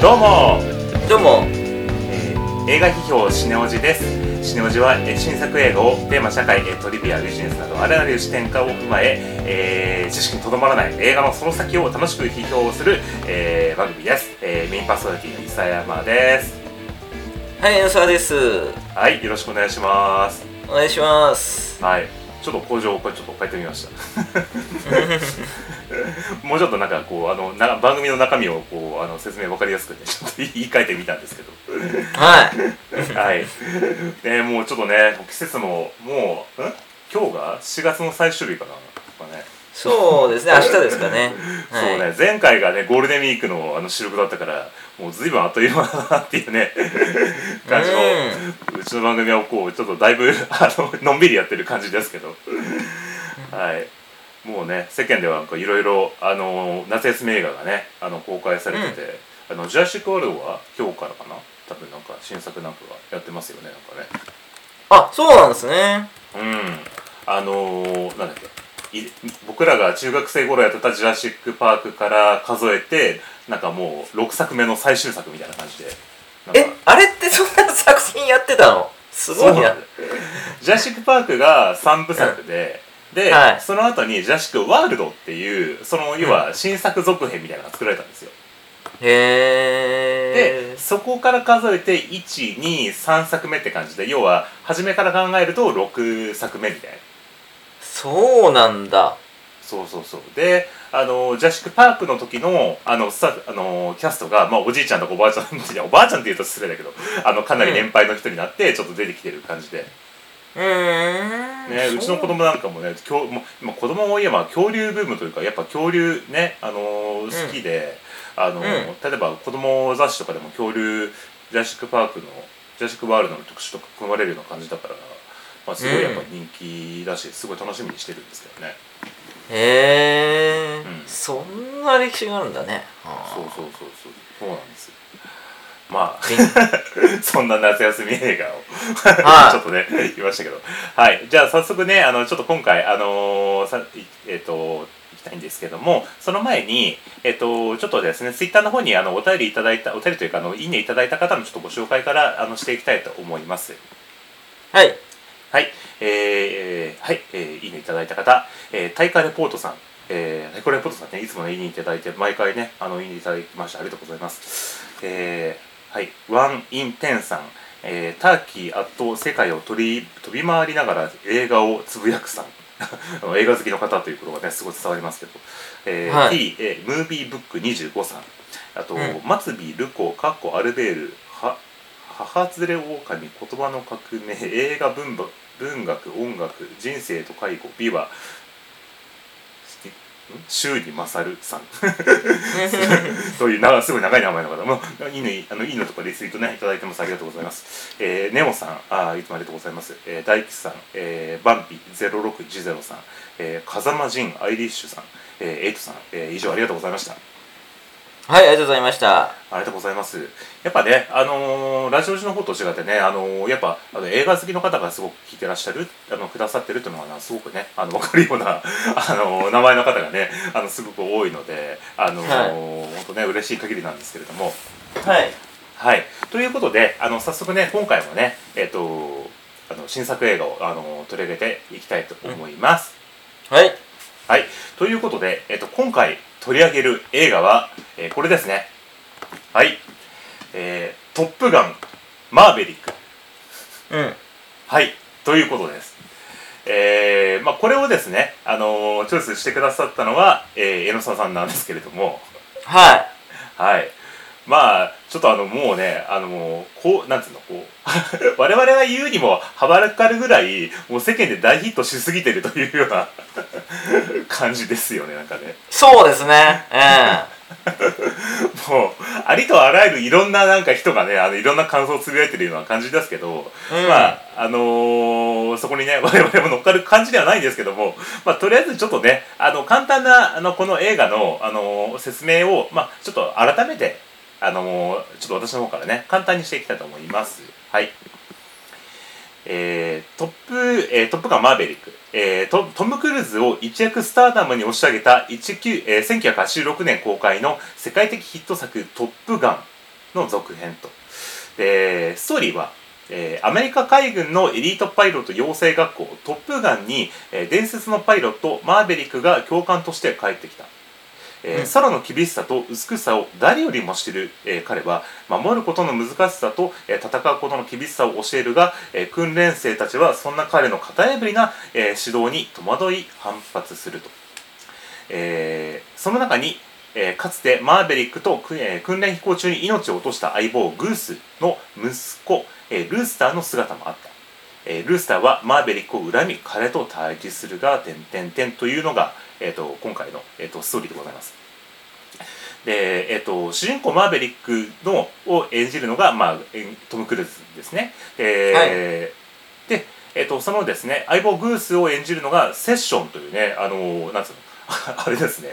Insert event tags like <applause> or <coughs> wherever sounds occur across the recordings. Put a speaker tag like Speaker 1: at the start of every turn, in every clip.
Speaker 1: どうも、
Speaker 2: どうも
Speaker 1: えー映画批評シネオジですシネオジは、えー新作映画をテーマ社会、えートリビアビジネスなどあらゆる視点化を踏まええー知識にとどまらない映画のその先を楽しく批評をする、えー番組です、えーメインパーソナリティの伊佐山です
Speaker 2: はいエンサーです
Speaker 1: はいよろしくお願いします
Speaker 2: お願いします
Speaker 1: はいちょっと工場をこれちょっと変えてみました <laughs> もうちょっとなんかこうあのな番組の中身をこうあの説明分かりやすくてちょっと言い換えてみたんですけど
Speaker 2: はい
Speaker 1: <laughs> はい、ね、もうちょっとね季節ももううん今日が4月の最終日かな、とかね
Speaker 2: そうですね明日ですかねはい
Speaker 1: そうね前回がねゴールデンウィークのあの収録だったからもう随分あっという間だなっていう <laughs> ね感じのうちの番組はこうちょっとだいぶ <laughs> あののんびりやってる感じですけどはいもうね世間ではいろいろ夏休み映画がねあの公開されてて、あのジュラシック・ワールドは今日からかな多分なんか新作なんかがやってますよねなんかね
Speaker 2: あそうなんですね
Speaker 1: うん、あのー、なんだっけい僕らが中学生頃やってた「ジュラシック・パーク」から数えてなんかもう6作目の最終作みたいな感じでなん
Speaker 2: え
Speaker 1: か
Speaker 2: あれってそんな作品やってたのすごい
Speaker 1: そう
Speaker 2: な
Speaker 1: ジュラシック・パークが3部作で、で、
Speaker 2: はい
Speaker 1: その後に「ジュラシック・ワールド」っていうその要は新作続編みたいなのが作られたんですよ
Speaker 2: へ
Speaker 1: で
Speaker 2: え
Speaker 1: そこから数えて123作目って感じで要は初めから考えると6作目みたいな
Speaker 2: そうなんだ
Speaker 1: そうそうそうであのジャシック・パークの時のあのスタあのキャストが、まあ、おじいちゃんとかおばあちゃんいやおばあちゃんって言うと失礼だけどあのかなり年配の人になってちょっと出てきてる感じで、
Speaker 2: うーん
Speaker 1: ね、うちの子供なんかもね恐もう今子供も言えば恐竜ブームというかやっぱ恐竜ね、あのー好きで、あのー例えば子供雑誌とかでも恐竜ジャシック・パークのジャシック・ワールドの特集とか組まれるような感じだから、まあ、すごいやっぱ人気だし、すごい楽しみにしてるんですけどね。
Speaker 2: へえ
Speaker 1: うん
Speaker 2: そんな歴史があるんだねあ
Speaker 1: そう
Speaker 2: ー
Speaker 1: そうそうそうそうなんですよまあ <laughs>
Speaker 2: びん
Speaker 1: そんな夏休み映画を
Speaker 2: は
Speaker 1: <laughs>
Speaker 2: い
Speaker 1: ちょっとね言いましたけどはいじゃあ早速ねあのちょっと今回あのーさいえっ、と行きたいんですけどもその前にえっ、とちょっとですねツイッターの方にあのお便りいただいたお便りというかあのいいねいただいた方のちょっとご紹介からあのしていきたいと思います
Speaker 2: はい <laughs>
Speaker 1: はい、えー、はい、えー、いいねいただいた方、えー、大会レポートさん、えー、大会レポートさんね、いつもね、いいねいただいて、毎回ね、あの、いいねいただきまして、ありがとうございます。えー、はい、ワンインテンさん、えー、ターキー圧倒世界を取り、飛び回りながら映画をつぶやくさん。 <laughs> あの映画好きの方ということがね、すごい伝わりますけど、えー
Speaker 2: はい
Speaker 1: T、えームービーブック25さん、あと、
Speaker 2: うん
Speaker 1: 松尾ルコ、カッコアルベール、は母連れ狼言葉の革命映画文学文学音楽人生と介護美は周に勝るさん <laughs> というなすごい長い名前の方もういいねあのいいのとかリツイートねいただいてますありがとうございます、えーネオさんあーいつもありがとうございます、えー大吉さん、えーバンピ0610さん、えー、風間仁アイリッシュさん、えーエイトさん、えー以上ありがとうございました
Speaker 2: はいありがとうございました
Speaker 1: ありがとうございます。やっぱね、あのーラジオ時の方と違ってね、あのーやっぱあの映画好きの方がすごく聞いてらっしゃる、あのくださってるっていうのがなすごくね、あの分かるような、 <laughs> あのー名前の方がね、あのすごく多いので、あの
Speaker 2: はい
Speaker 1: 本当ね、嬉しい限りなんですけれども。
Speaker 2: はい
Speaker 1: はい、ということで、あの早速ね、今回もね、えっ、とあの新作映画を、あの取り上げていきたいと思います。
Speaker 2: はい
Speaker 1: はい、ということで、えっと、今回取り上げる映画は、えーこれですね。はい、えートップガンマーヴェリック。
Speaker 2: うん
Speaker 1: はい、ということです。えーまあ、これをですね、あのーチョイスしてくださったのは、えー、江野沢さんなんですけれども、
Speaker 2: はい
Speaker 1: はい。まあ、ちょっとあの、もうね、あの、もう、こう、なんつうの、こう、 <laughs> 我々が言うにも、はばらかるぐらい、もう世間で大ヒットしすぎてるというような <laughs> 感じですよね、なんかね。
Speaker 2: そうですね。う
Speaker 1: もうありとあらゆるいろんななんか人がねあのいろんな感想をつぶやいてるような感じですけど、
Speaker 2: うん
Speaker 1: まああのーそこにね <laughs> 我々も乗っかる感じではないんですけども、まあ、とりあえずちょっとねあの簡単なあのこの映画の、あのー説明を、まあ、ちょっと改めて、あのーちょっと私の方からね簡単にしていきたいと思います。はいえートップ、えートップガンマーヴェリック、えート、トム・クルーズを一躍スターダムに押し上げた19、えー1986年公開の世界的ヒット作「トップガン」の続編とでストーリーは、えーアメリカ海軍のエリートパイロット養成学校トップガンに、えー伝説のパイロットマーベリックが教官として帰ってきた、えー
Speaker 2: うん
Speaker 1: 空の厳しさと美しさを誰よりも知る、えー彼は守ることの難しさと、えー戦うことの厳しさを教えるが、えー訓練生たちはそんな彼の型破りな、えー指導に戸惑い反発すると、えーその中に、えーかつてマーベリックとく、えー訓練飛行中に命を落とした相棒グースの息子、えールースターの姿もあった、えールースターはマーベリックを恨み彼と対峙するが点々点というのが、えー、と今回の、えー、とストーリーでございますで、えっと主人公マーベリックのを演じるのが、まあ、えんトム・クルーズですね。えーで、えっとそのですね相棒グースを演じるのがセッションというねあのなんつうのあれですね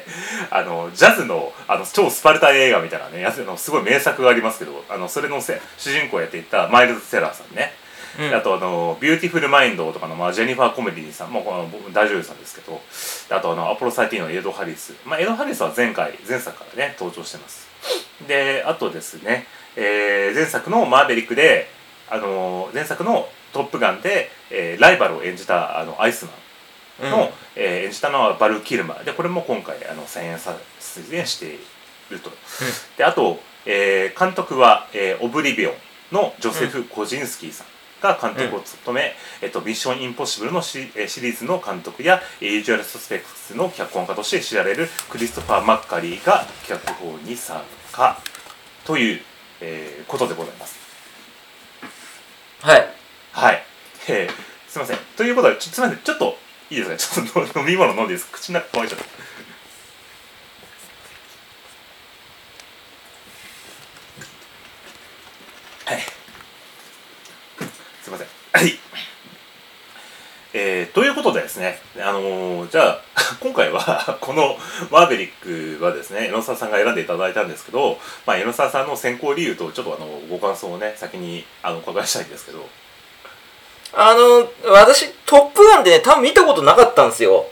Speaker 1: あのジャズのあの超スパルタ映画みたいなねやつのすごい名作がありますけどあのそれのせ主人公をやっていたマイルズ・セラーさんね。
Speaker 2: <laughs> うん
Speaker 1: あとあの「ビューティフル・マインド」とかの、まあ、ジェニファー・コメディさんもこの僕大女優さんですけどあとあのアポロ13のエド・ハリス、まあ、エド・ハリスは前回前作からね登場してますであとですね、えー前作の「マーベリックで」あの前作の「トップガンで」えーライバルを演じたあのアイスマン
Speaker 2: うん
Speaker 1: の、えー演じたのはバル・キルマーでこれも今回あの再演さ出演していると、であと、えー監督は、えーオブリビオン」のジョセフ・コジンスキーさんが監督を務め「えっと、ミッション・インポッシブルのシ」えーシリーズの監督や「えーユージュアル・ソスペクツ」の脚本家として知られるクリストファー・マッカリーが脚本に参加という、えーことでございます。
Speaker 2: はい
Speaker 1: はい。えー、すいません。ということで、ちょすいません。ちょっと、いいです <laughs> かちょっと飲み物飲んでいいですか口の中乾いちゃった。はい。すいません。はい。えー、ということでですね、あのーじゃあ、 <laughs> 今回は、 <laughs> このマーベリックはですね、江ノ沢さんが選んでいただいたんですけど、まあ、江ノ沢さんの選考理由と、ちょっとあの、ご感想をね、先に、あの、お伺いしたいんですけど、
Speaker 2: あの私「トップガン」でね多分見たことなかったんですよ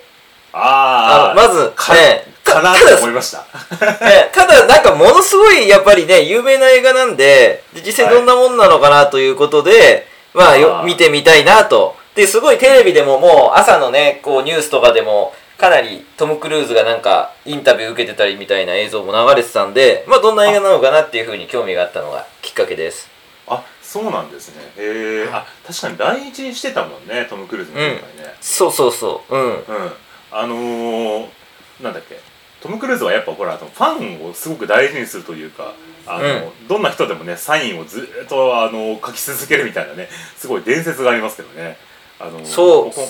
Speaker 1: あ
Speaker 2: あ
Speaker 1: あ
Speaker 2: のまず
Speaker 1: か,、
Speaker 2: ね
Speaker 1: かなと思いました
Speaker 2: ええただなんかものすごいやっぱりね有名な映画なんでで実際どんなもんなのかなということで、まあよ
Speaker 1: あー
Speaker 2: 見てみたいなとですごいテレビでももう朝のねこうニュースとかでもかなりトム・クルーズがなんかインタビュー受けてたりみたいな映像も流れてたんでまあどんな映画なのかなっていうふうに興味があったのがきっかけです
Speaker 1: あそうなんですねへえあ確かに来日してたもんねトム・クルーズの今回ね
Speaker 2: そうそうそううん
Speaker 1: うん、あのー、なんだっけトム・クルーズはやっぱほらあのファンをすごく大事にするというかあの、どんな人でもねサインをずっとあの書き続けるみたいなねすごい伝説がありますけどねあの
Speaker 2: そう
Speaker 1: こ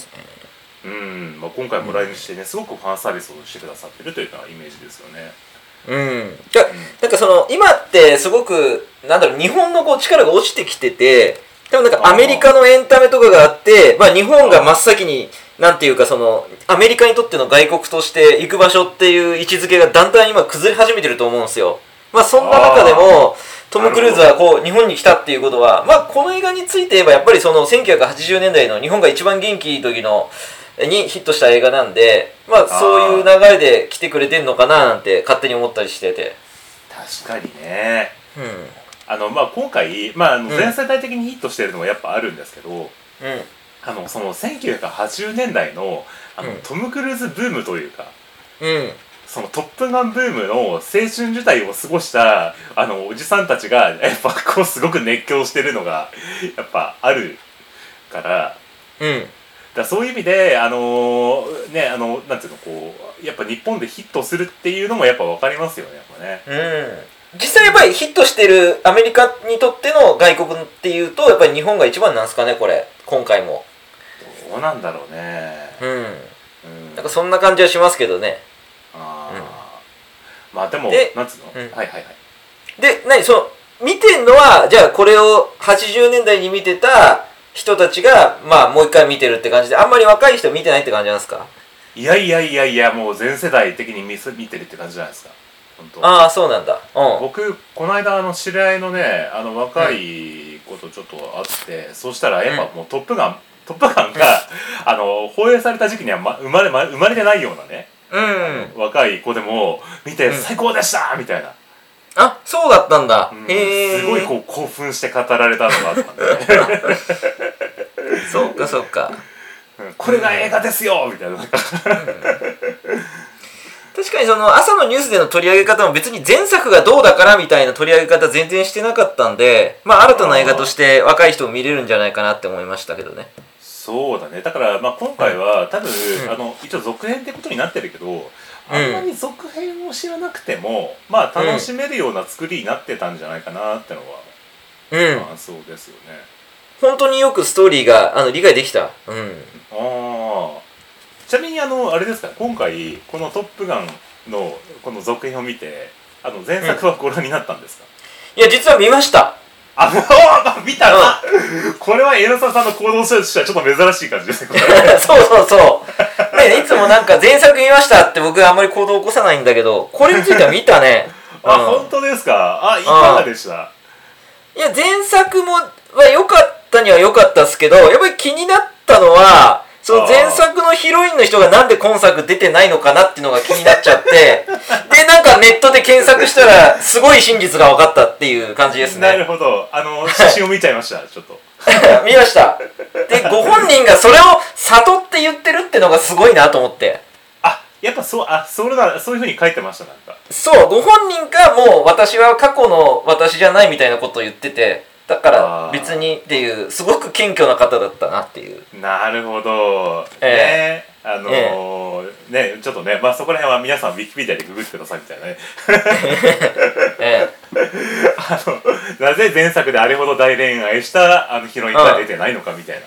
Speaker 1: うん、まあ、今回も来日してね、すごくファンサービスをしてくださってるというようなイメージですよね
Speaker 2: うん、だなんかその今ってすごくなんだろう日本のこう力が落ちてきててでもなんか
Speaker 1: あー
Speaker 2: アメリカのエンタメとかがあって、まあ、日本が真っ先になんていうかそのアメリカにとっての外国として行く場所っていう位置づけがだんだん今崩れ始めてると思うんですよ。まあそんな中でもトム・クルーズはこう日本に来たっていうことは、まあ、この映画について言えばやっぱりその1980年代の日本が一番元気いい時のにヒットした映画なんで、まあ、そういう流れで来てくれてんのかななんて勝手に思ったりしてて。
Speaker 1: 確かにね
Speaker 2: うん
Speaker 1: あのまあ、今回、まあ、あの
Speaker 2: ん
Speaker 1: 全世代的にヒットしてるのもやっぱあるんですけど、
Speaker 2: うん
Speaker 1: あのその1980年代のあの、
Speaker 2: うん
Speaker 1: トム・クルーズブームというか
Speaker 2: うん
Speaker 1: そのトップガンブームの青春時代を過ごしたあのおじさんたちがやっぱこうすごく熱狂してるのがやっぱあるから。
Speaker 2: うん
Speaker 1: だからそういう意味で、あのね、あの、なんていうの、こう、やっぱ日本でヒットするっていうのもやっぱわかりますよね、やっぱね。
Speaker 2: うん実際やっぱりヒットしてるアメリカにとっての外国っていうとやっぱり日本が一番なんですかねこれ今回も
Speaker 1: どうなんだろうね。
Speaker 2: うん
Speaker 1: うん
Speaker 2: なんかそんな感じはしますけどね
Speaker 1: あーまあでも
Speaker 2: で
Speaker 1: なんつうの、
Speaker 2: うん
Speaker 1: はいはいはい
Speaker 2: で何その見てんのはじゃあこれを80年代に見てた人たちがまあもう一回見てるって感じであんまり若い人見てないって感じなんですか
Speaker 1: いやいやいやいやもう全世代的に見せ見てるって感じじゃないですか本当
Speaker 2: ああそうなんだう
Speaker 1: 僕この間あの知り合いのねあの若い子とちょっと会って、そうしたらやっぱもう「トップガン」トップガンが、あの放映された時期には、ま、生まれま生まれてないようなね
Speaker 2: んうん
Speaker 1: 若い子でも見て
Speaker 2: うん
Speaker 1: 最高でしたみたいな
Speaker 2: あそうだったんだ、
Speaker 1: うん
Speaker 2: へえ
Speaker 1: すごいこう興奮して語られたのがあった
Speaker 2: <laughs>
Speaker 1: んで
Speaker 2: そうかそうか
Speaker 1: うんこれが映画ですよみたいななんか
Speaker 2: 確かにその朝のニュースでの取り上げ方も別に前作がどうだからみたいな取り上げ方全然してなかったんでまあ新たな映画として若い人も見れるんじゃないかなって思いましたけどね
Speaker 1: そうだねだから、まあ、今回は多分、あの一応続編ってことになってるけどあんまり続編を知らなくても、まあ楽しめるような作りになってたんじゃないかなってのは
Speaker 2: うん
Speaker 1: 感想ですよね、
Speaker 2: 本当によくストーリーがあの理解できたうん
Speaker 1: ああちなみにあのあれですか今回この「トップガン」のこの続編を見てあの前作はご覧になったんですか、
Speaker 2: いや実は見ました <laughs>
Speaker 1: あもうあ <laughs> 見たなこれは江ノ沢さんの行動としてはちょっと珍しい感じですねこれ
Speaker 2: そうそうそう。ね、いつもなんか前作見ましたって僕あんまり行動起こさないんだけど、これについては見たね。
Speaker 1: <laughs> あ、
Speaker 2: うん
Speaker 1: 本当ですかあいかがでした
Speaker 2: いや、前作も、は良かったには良かったっすけど、やっぱり気になったのは、その前作のヒロインの人がなんで今作出てないのかなっていうのが気になっちゃって、で、なんかネットで検索したら、すごい真実が分かったっていう感じです
Speaker 1: なる
Speaker 2: ね。
Speaker 1: ほどあの写真を見ちゃいました <laughs> ちょっと
Speaker 2: <laughs> 見ました。で、ご本人がそれを悟って言ってるってのがすごいなと思って。
Speaker 1: あやっぱそうあそれだそういうふうに書いてましたなんか
Speaker 2: そう、ご本人がもう私は過去の私じゃないみたいなことを言ってて、だから
Speaker 1: あー
Speaker 2: 別にっていう、すごく謙虚な方だったなっていう。
Speaker 1: なるほど
Speaker 2: え
Speaker 1: ねあのーねちょっとねまあそこら辺は皆さんウィキペディアでググってくださいみたいなね <laughs>
Speaker 2: え
Speaker 1: あのなぜ前作であれほど大恋愛したあのヒロインが出てないのかみたい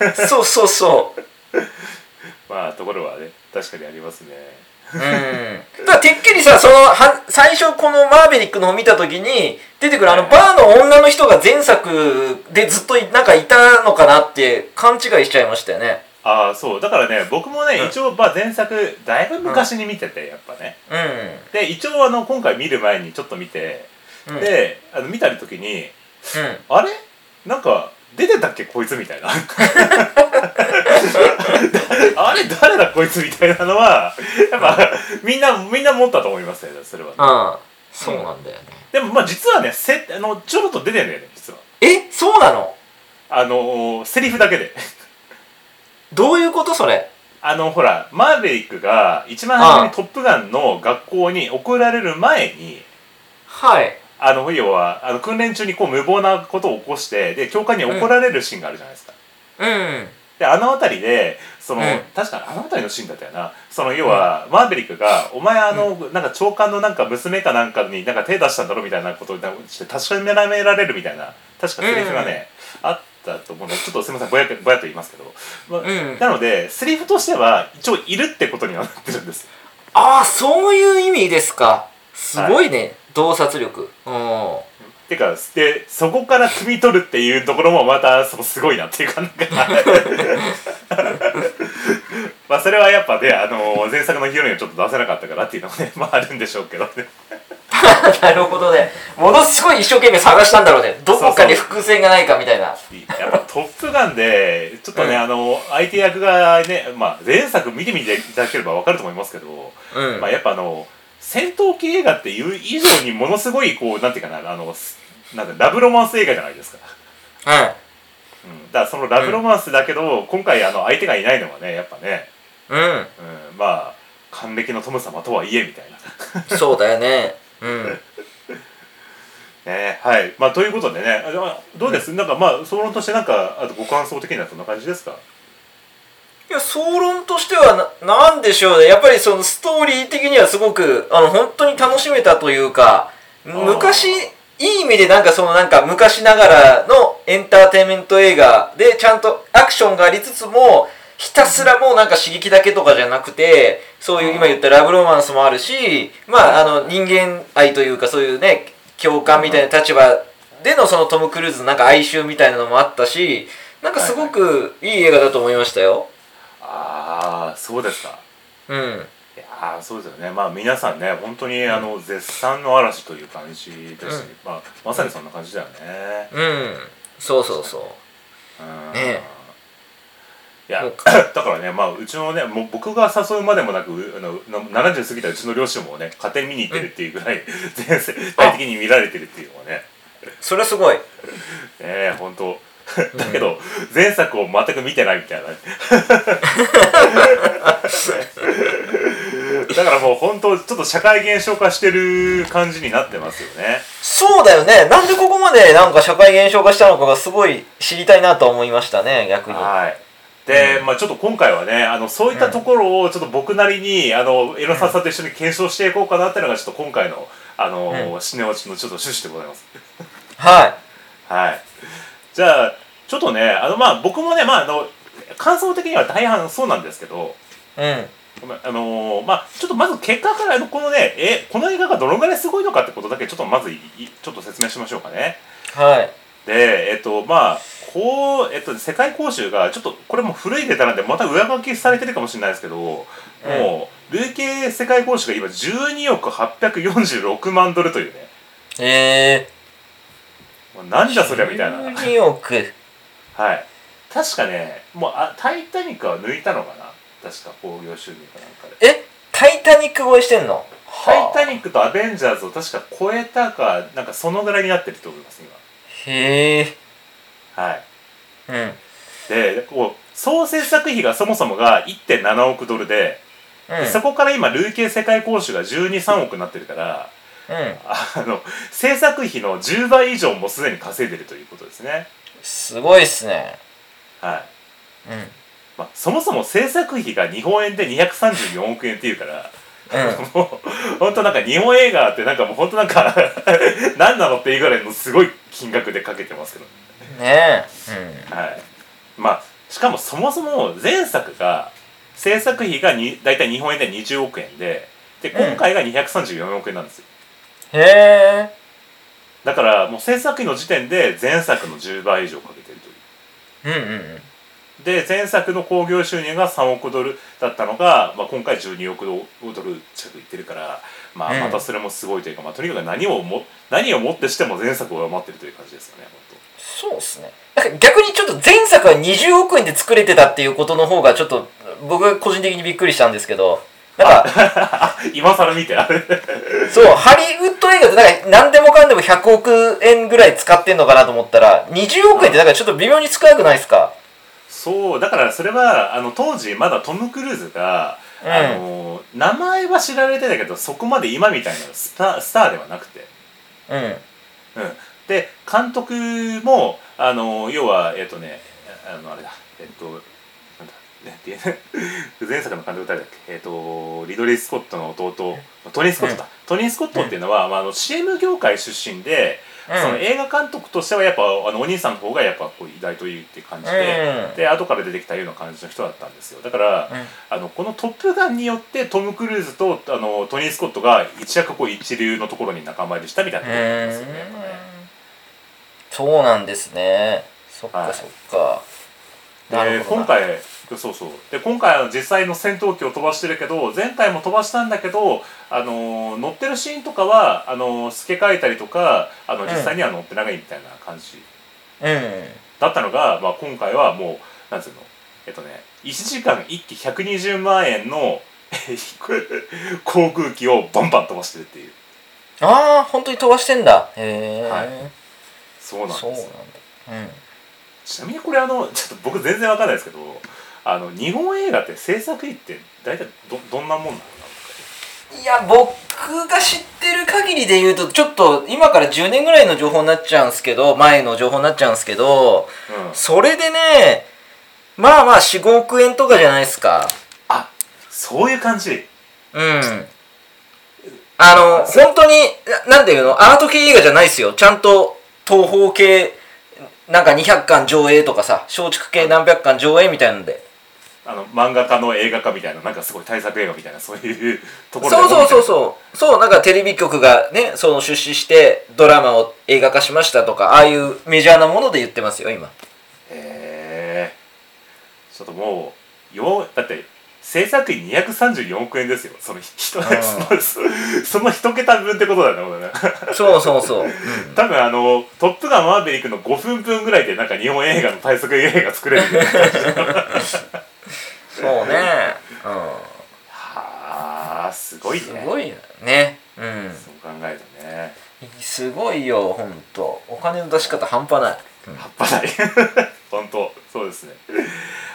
Speaker 1: なね
Speaker 2: え <laughs> そうそうそう。
Speaker 1: まあところはね確かにありますね
Speaker 2: うん。だからてっきりさ、そのは、最初このマーヴェリックの方見た時に、出てくるあのバーの女の人が前作でずっといなんかいたのかなって勘違いしちゃいましたよね。
Speaker 1: ああそうだからね僕もね、
Speaker 2: うん
Speaker 1: 一応、まあ、前作だいぶ昔に見ててやっぱね
Speaker 2: う
Speaker 1: で一応あの今回見る前にちょっと見て、
Speaker 2: ん。うん、
Speaker 1: であの見た時に
Speaker 2: うん。
Speaker 1: あれなんか出てたっけこいつみたいな <laughs> あれ誰だこいつみたいなのはやっぱみんなみんな持ったと思いますよねそれは、
Speaker 2: うん。そうなんだよね。
Speaker 1: でもまあ実はねせあのちょろっと出てんだよね実は
Speaker 2: え、そうなの
Speaker 1: あのセリフだけで
Speaker 2: どういうことそれ。
Speaker 1: あのほらマーヴェリックが一番初めに「トップガン」の学校に送られる前に
Speaker 2: はい。
Speaker 1: あの要はあの訓練中にこう無謀なことを起こしてで教官に怒られるシーンがあるじゃないですか、
Speaker 2: うん。
Speaker 1: であの辺りでその、
Speaker 2: うん
Speaker 1: 確かにあの辺りのシーンだったよなその要は、マーベリックが「お前あの、なんか長官のなんか娘かなんかになんか手出したんだろ」みたいなことをなんかして確かめられるみたいな確かセリフがね、あったと思うのでちょっとすみませんぼやぼやっと言いますけど、まあ
Speaker 2: うん
Speaker 1: なのでセリフとしては一応いるってことにはなってるんです
Speaker 2: ああ、そういう意味ですか。すごいね、洞察力。うん。
Speaker 1: てかでそこから汲み取るっていうところもまたそうすごいなっていうかなん <laughs> かまあそれはやっぱね、あの前作のヒロインをちょっと出せなかったからっていうのもねま <laughs> ああるんでしょうけどね
Speaker 2: <laughs> なるほどね。ものすごい一生懸命探したんだろうね。どこかに伏線がないかみたいな。
Speaker 1: やっぱ「トップガン」でちょっとね、
Speaker 2: うん
Speaker 1: あの相手役がね、まあ、前作見てみていただければわかると思いますけど、
Speaker 2: うん。
Speaker 1: まあやっぱあの戦闘系映画っていう以上にものすごいこうなんていうかなあのなんかラブロマンス映画じゃないですかうんだからそのラブロマンスだけど、今回あの相手がいないのはねやっぱね、
Speaker 2: うん。うん。
Speaker 1: うん、まあ還暦の殿様とはいえみたいな
Speaker 2: そうだよね。うん。
Speaker 1: ねはいまあということでねあでもどうです、なんかまあ総論としてなんかあとご感想的にはそんな感じですか
Speaker 2: いや、総論としてはな、なんでしょうね。やっぱりそのストーリー的にはすごく、あの、本当に楽しめたというか、昔、いい意味でなんかそのなんか昔ながらのエンターテインメント映画でちゃんとアクションがありつつも、ひたすらもうなんか刺激だけとかじゃなくて、そういう今言ったラブロマンスもあるし、まああの人間愛というかそういうね、共感みたいな立場でのそのトム・クルーズのなんか哀愁みたいなのもあったし、なんかすごくいい映画だと思いましたよ。
Speaker 1: ああそうですか
Speaker 2: うん。
Speaker 1: いやーそうですよねまあ皆さんね本当にあの、絶賛の嵐という感じでし、
Speaker 2: うん
Speaker 1: まあ、まさにそんな感じだよね
Speaker 2: うん。そうそうそう。
Speaker 1: うん
Speaker 2: ね
Speaker 1: いや
Speaker 2: もう
Speaker 1: <coughs> だからね、まあ、うちのねもう僕が誘うまでもなくうあのな70過ぎたうちの両親もね家庭見に行ってるっていうぐらい <laughs> 全世界的に見られてるっていうのはねね
Speaker 2: それはすごい
Speaker 1: え本当だけど、前作を全く見てないみたいなだからもう本当ちょっと社会現象化してる感じになってますよね
Speaker 2: そうだよねなんでここまでなんか社会現象化したのかがすごい知りたいなとは思いましたね逆に
Speaker 1: はい。で、まあちょっと今回はね、あのそういったところをちょっと僕なりに、あのエロサさんと一緒に検証していこうかなっていうのがちょっと今回のあの、シネ落ちのちょっと趣旨でございます。
Speaker 2: はい
Speaker 1: はい。じゃあちょっとね、あのまあ僕もね、まああの感想的には大半そうなんですけど。
Speaker 2: うん
Speaker 1: ごめんあのーまあちょっとまず結果からあのこのねえこの映画がどのぐらいすごいのかってことだけちょっとまずいいちょっと説明しましょうかね。
Speaker 2: はい
Speaker 1: でえっとまあこうえっと世界公衆がちょっとこれも古いデータなんでまた上書きされてるかもしれないですけど、
Speaker 2: うん
Speaker 1: もう累計世界公衆が今12億846万ドルというね
Speaker 2: え
Speaker 1: もうなんじゃそりゃ
Speaker 2: ー、
Speaker 1: みたいな
Speaker 2: 12億
Speaker 1: はい確かねもうあ「タイタニック」は抜いたのかな確か興行収入かなんかで
Speaker 2: えタイタニック超えしてんの
Speaker 1: 「タイタ
Speaker 2: ニッ
Speaker 1: ニック」と「アベンジャーズ」を確か超えたかなんかそのぐらいになってると思います
Speaker 2: クへえ
Speaker 1: 今はい
Speaker 2: うん
Speaker 1: でこう総制作費がそもそもが1.7億ドルで
Speaker 2: うん
Speaker 1: そこから今累計世界公衆が123億になってるから
Speaker 2: うん
Speaker 1: あの制作費の10倍以上もすでに稼いでるということですね、
Speaker 2: すごいっすね
Speaker 1: はい
Speaker 2: うん
Speaker 1: まあ、そもそも制作費が日本円で234億円っていうから <laughs>
Speaker 2: うん
Speaker 1: もう本当なんか日本映画ってなんかもう本当なんか <laughs> 何なのっていうぐらいのすごい金額でかけてますけど、
Speaker 2: ね
Speaker 1: はいまあ、しかもそもそも前作が制作費がに大体日本円で20億円でで今回が234億円なんですよ
Speaker 2: えうんへ
Speaker 1: だからもう制作費の時点で前作の10倍以上かけてるという
Speaker 2: えうんうん
Speaker 1: で前作の興行収入が3億ドルだったのが、まあ、今回12億ドル近くいってるから、ま
Speaker 2: うん
Speaker 1: あ、またそれもすごいというか、まあ、とにかく何をも何をもってしても前作を上回ってるという感じですよね
Speaker 2: そうっすねなんか逆にちょっと前作は20億円で作れてたっていうことの方がちょっと僕が個人的にびっくりしたんですけどなんか
Speaker 1: 本当今更見てあれ
Speaker 2: そうハリウッド映画ってなんか何でもかんでも100億円ぐらい使ってんのかなと思ったら20億円ってなんかちょっと微妙に少なくないですか
Speaker 1: そうだからそれはあの当時まだトム・クルーズが、
Speaker 2: うん
Speaker 1: あの名前は知られてたけどそこまで今みたいなスタスターではなくて。
Speaker 2: うん
Speaker 1: うん、で監督もあの要はえっ、とねああのあれだえっ、となんだねっていう前作の監督誰だっけえっ、とリドリー・スコットの弟トニー・スコットだ、トニー・スコットっていうのは、まあ、あの CM 業界出身で、
Speaker 2: うん
Speaker 1: その映画監督としてはやっぱあのお兄さんの方がやっぱこう偉大というって感じで、
Speaker 2: うん
Speaker 1: で後から出てきたような感じの人だったんですよだから、あのこの「トップガン」によってトム・クルーズとあのトニー・スコットが一躍こう一流のところに仲間入りしたみたいなことなんですよねやっぱね。
Speaker 2: そうなんですねそっ
Speaker 1: は
Speaker 2: か
Speaker 1: い
Speaker 2: そっか、な
Speaker 1: で
Speaker 2: るほど
Speaker 1: 今
Speaker 2: な
Speaker 1: 回そうそうで今回は実際の戦闘機を飛ばしてるけど前回も飛ばしたんだけど、あのー乗ってるシーンとかはあのー透け替えたりとかあの
Speaker 2: ん
Speaker 1: 実際には乗ってないみたいな感じ
Speaker 2: うん
Speaker 1: だったのが、まあ、今回はもうなんつうのえっとね1時間1機120万円の <laughs> えー航空機をバンバン飛ばしてるっていう
Speaker 2: ああ本当に飛ばしてんだへえ、
Speaker 1: はいそうなんです
Speaker 2: そう
Speaker 1: よ
Speaker 2: なんだうん
Speaker 1: ちなみにこれあのちょっと僕全然わかんないですけどあの日本映画って制作費って大体どどんなもんなのか
Speaker 2: いや僕が知ってる限りで言うとちょっと今から10年ぐらいの情報になっちゃうんですけど前の情報になっちゃうんですけど
Speaker 1: な、うん、
Speaker 2: それでねまあまあ45億円とかじゃないですか
Speaker 1: あそういう感じ
Speaker 2: うんあの本当にななんていうのアート系映画じゃないですよちゃんと東宝系なんか200巻上映とかさ松竹系何百巻上映みたいなので
Speaker 1: あの漫画家の映画化みたいななんかすごい大作映画みたいなそういうところ
Speaker 2: そうそうそう
Speaker 1: う
Speaker 2: そうそうなんかテレビ局がねその出資してドラマを映画化しましたとかああいうメジャーなもので言ってますよ今
Speaker 1: へえちょっともうよだって制作費234億円ですよその人その <laughs> その一桁分ってことだよねこれ
Speaker 2: <laughs>
Speaker 1: ね
Speaker 2: そうそうそう、うん
Speaker 1: 多分あの「トップガンマーヴェリック」の5分分ぐらいでなんか日本映画の大作映画作れるみたいな
Speaker 2: そうねう
Speaker 1: はあすご
Speaker 2: ん
Speaker 1: いね
Speaker 2: すごいねうん
Speaker 1: そう考えるとね
Speaker 2: すごいよほんとお金の出し方半端ない、うん
Speaker 1: 葉っぱない <laughs> 本当そうですね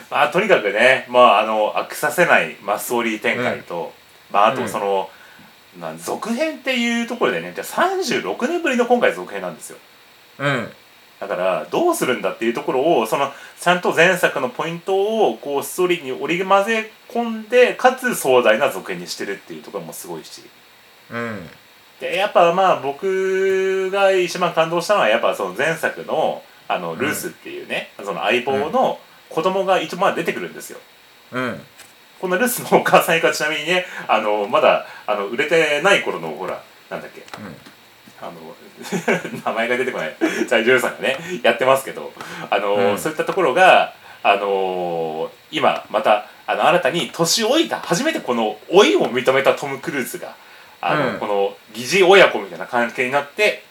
Speaker 1: まあとにかくねまああの飽きさせないマスオリー展開と、まああとその、なん続編っていうところでねじゃあ36年ぶりの今回続編なんですよ
Speaker 2: うん
Speaker 1: だからどうするんだっていうところをそのちゃんと前作のポイントをこうストーリーに織り交ぜ込んでかつ壮大な続編にしてるっていうところもすごいし
Speaker 2: うん
Speaker 1: でやっぱまあ僕が一番感動したのはやっぱその前作のあの
Speaker 2: ん
Speaker 1: ルースっていうね、その相棒の子供が一応まだ出てくるんですよ。
Speaker 2: うん
Speaker 1: このルースのお母さん役はちなみにねあのまだあの売れてない頃のほらなんだっけあの <laughs> 名前が出てこないチャイ・ジューさんがねやってますけどあの、
Speaker 2: うん
Speaker 1: そういったところがあの今またあの新たに年老いた初めてこの老いを認めたトム・クルーズがあの、
Speaker 2: うん
Speaker 1: この疑似親子みたいな関係になって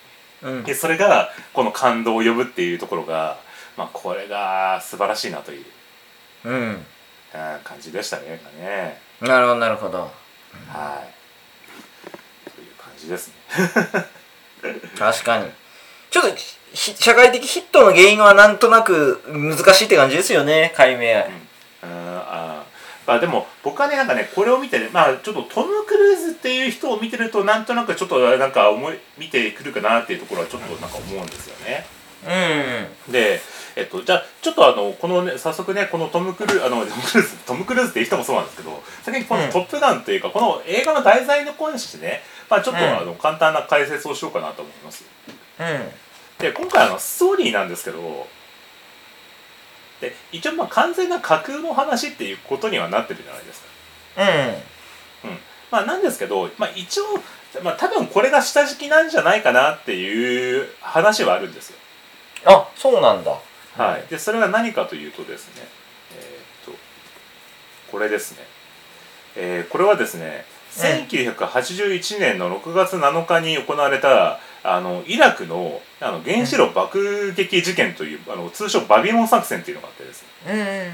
Speaker 2: うんうん
Speaker 1: でそれがこの感動を呼ぶっていうところが、まあ、これが素晴らしいなという
Speaker 2: うん
Speaker 1: うん感じでしたね。なんかね
Speaker 2: なるほどなるほど
Speaker 1: はいという感じですね。
Speaker 2: 確かにちょっとひ社会的ヒットの原因はなんとなく難しいって感じですよね解明
Speaker 1: うんあーまあでも僕はねなんかねこれを見てねまあちょっとトム・クルーズっていう人を見てるとなんとなくちょっとなんか思い見てくるかなっていうところはちょっとなんか思うんですよね。
Speaker 2: う
Speaker 1: で、えっと、じゃあちょっとあのこのね早速ねこのトム・クルーあのトム <laughs> クルーズトム・クルーズっていう人もそうなんですけど先にこ
Speaker 2: うん
Speaker 1: の「トップガン」というか、この映画の題材のにしてね、まあ、ちょっと、
Speaker 2: うん
Speaker 1: あの簡単な解説をしようかなと思います。
Speaker 2: んうん
Speaker 1: で今回あのストーリーなんですけどで一応まあ完全な架空の話っていうことにはなってるじゃないですか。
Speaker 2: う
Speaker 1: まあ、なんですけど、まあ、一応、まあ、多分これが下敷きなんじゃないかなっていう話はあるんですよ。
Speaker 2: んあそうなんだ
Speaker 1: はい、でそれは何かというとですね、えーっとこれですね、えーこれはですね
Speaker 2: うん
Speaker 1: 1981年の6月7日に行われたあのイラクのあの原子炉爆撃事件というあの通称バビモン作戦というのがあってですね
Speaker 2: うんうん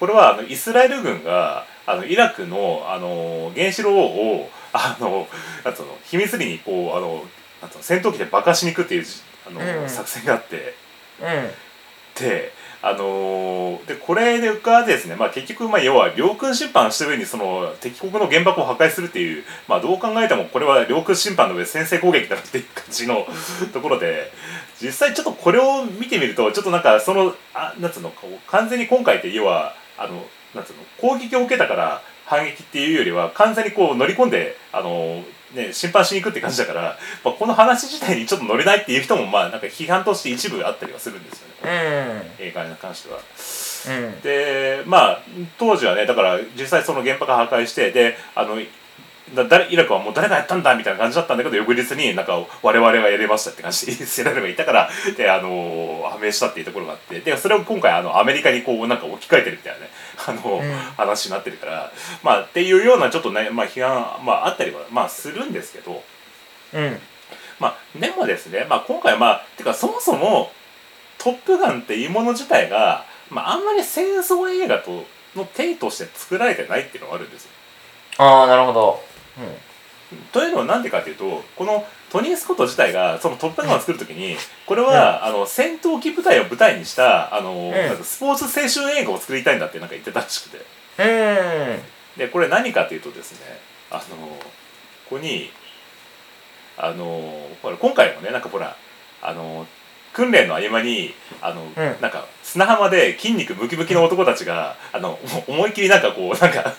Speaker 1: これはあのイスラエル軍があのイラクのあの原子炉をあのなんつうの秘密裏にこうあのなんつうの戦闘機で爆破しに行くっていうじあの、
Speaker 2: うん
Speaker 1: 作戦があって
Speaker 2: うん
Speaker 1: で,、あのでこれがですね、まあ、結局、まあ、要は領空侵犯した上にその敵国の原爆を破壊するっていう、まあ、どう考えてもこれは領空侵犯の上先制攻撃だなっていう感じのところで実際ちょっとこれを見てみるとちょっとなんかそのあなんつうのこう完全に今回って要はあのなんつうの攻撃を受けたから反撃っていうよりは完全にこう乗り込んであのね、侵犯しに行くって感じだから、まあ、この話自体にちょっと乗れないっていう人もまあなんか批判として一部あったりはするんですよね。
Speaker 2: うん
Speaker 1: 映画に関しては。
Speaker 2: うん
Speaker 1: でまあ当時はねだから実際その原爆破壊してであのだ誰イラクはもう誰がやったんだみたいな感じだったんだけど翌日になんか我々がやりましたって感じで <laughs> イスラエルがいたからであの判明したっていうところがあってでそれを今回あのアメリカにこうなんか置き換えてるみたいなね <laughs> あの、
Speaker 2: うん
Speaker 1: 話になってるからまあっていうようなちょっとね、まあ、批判、まあ、あったりは、まあ、するんですけど。
Speaker 2: うん
Speaker 1: まあ、でもですね、まあ、今回はまあてかそもそも「トップガン」っていうもの自体が、まあ、あんまり戦争映画との体として作られてないっていうのがあるんですよ。
Speaker 2: ああなるほど
Speaker 1: というのはなんでかというとこのトニー・スコット自体がその「トップガン」を作る時にこれは、あの戦闘機部隊を舞台にしたあの、
Speaker 2: ん
Speaker 1: なんかスポーツ青春映画を作りたいんだってなんか言ってたらしくて
Speaker 2: うんうん
Speaker 1: でこれ何かというとですねあのここにあのほら今回もねなんかほらあの訓練の合間にあの、
Speaker 2: ん
Speaker 1: なんか砂浜で筋肉ムキムキの男たちがあのお思いっきりなんかこうなんか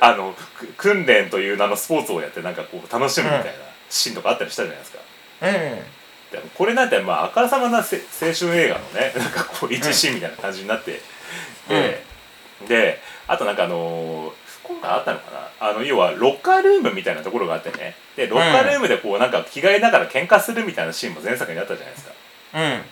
Speaker 1: あのく訓練という名のスポーツをやってなんかこう楽しむみたいなシーンとかあったりしたじゃないですか。
Speaker 2: うん
Speaker 1: でもこれなんてまああからさまなせ青春映画のね <laughs> なんかこう一シーンみたいな感じになって、でであとなんかあのー今回あったのかなあの要はロッカールームみたいなところがあってねでロッカールームでこうなんか着替えながら喧嘩するみたいなシーンも前作にあったじゃないですか
Speaker 2: うん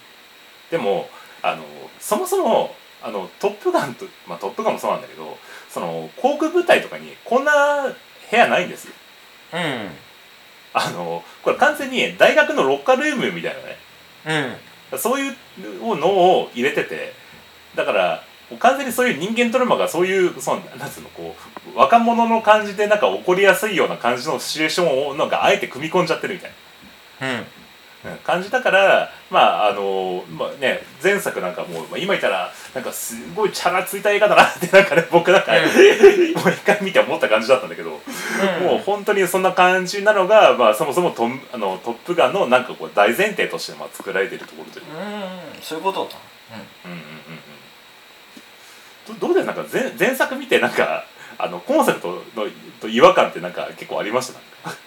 Speaker 1: でもあのーそもそもあのトップガンと、まあ、トップガンもそうなんだけどその航空部隊とかにこんな部屋ないんですよ
Speaker 2: うん
Speaker 1: あのーこれ完全に大学のロッカールームみたいなね
Speaker 2: うん
Speaker 1: そういうのを入れててだからもう完全にそういう人間ドラマがそういうそのなんつうのこう若者の感じでなんか起こりやすいような感じのシチュエーションをなんかあえて組み込んじゃってるみたいな。
Speaker 2: うん
Speaker 1: うん感じだからまああのまあね前作なんかもう、まあ、今言ったらなんかすごいチャラついた映画だなってなんかね <laughs> 僕なんか、
Speaker 2: うん
Speaker 1: もう一回見て思った感じだったんだけど、もう本当にそんな感じなのが、まあ、そもそもトンあの「トップガン」のなんかこう大前提としてまあ作られてるところという
Speaker 2: うんそういうことだ
Speaker 1: うんうんうんうんどどうですなんか前前作見てなんかあのコンセプトのと違和感ってなんか結構ありましたなんか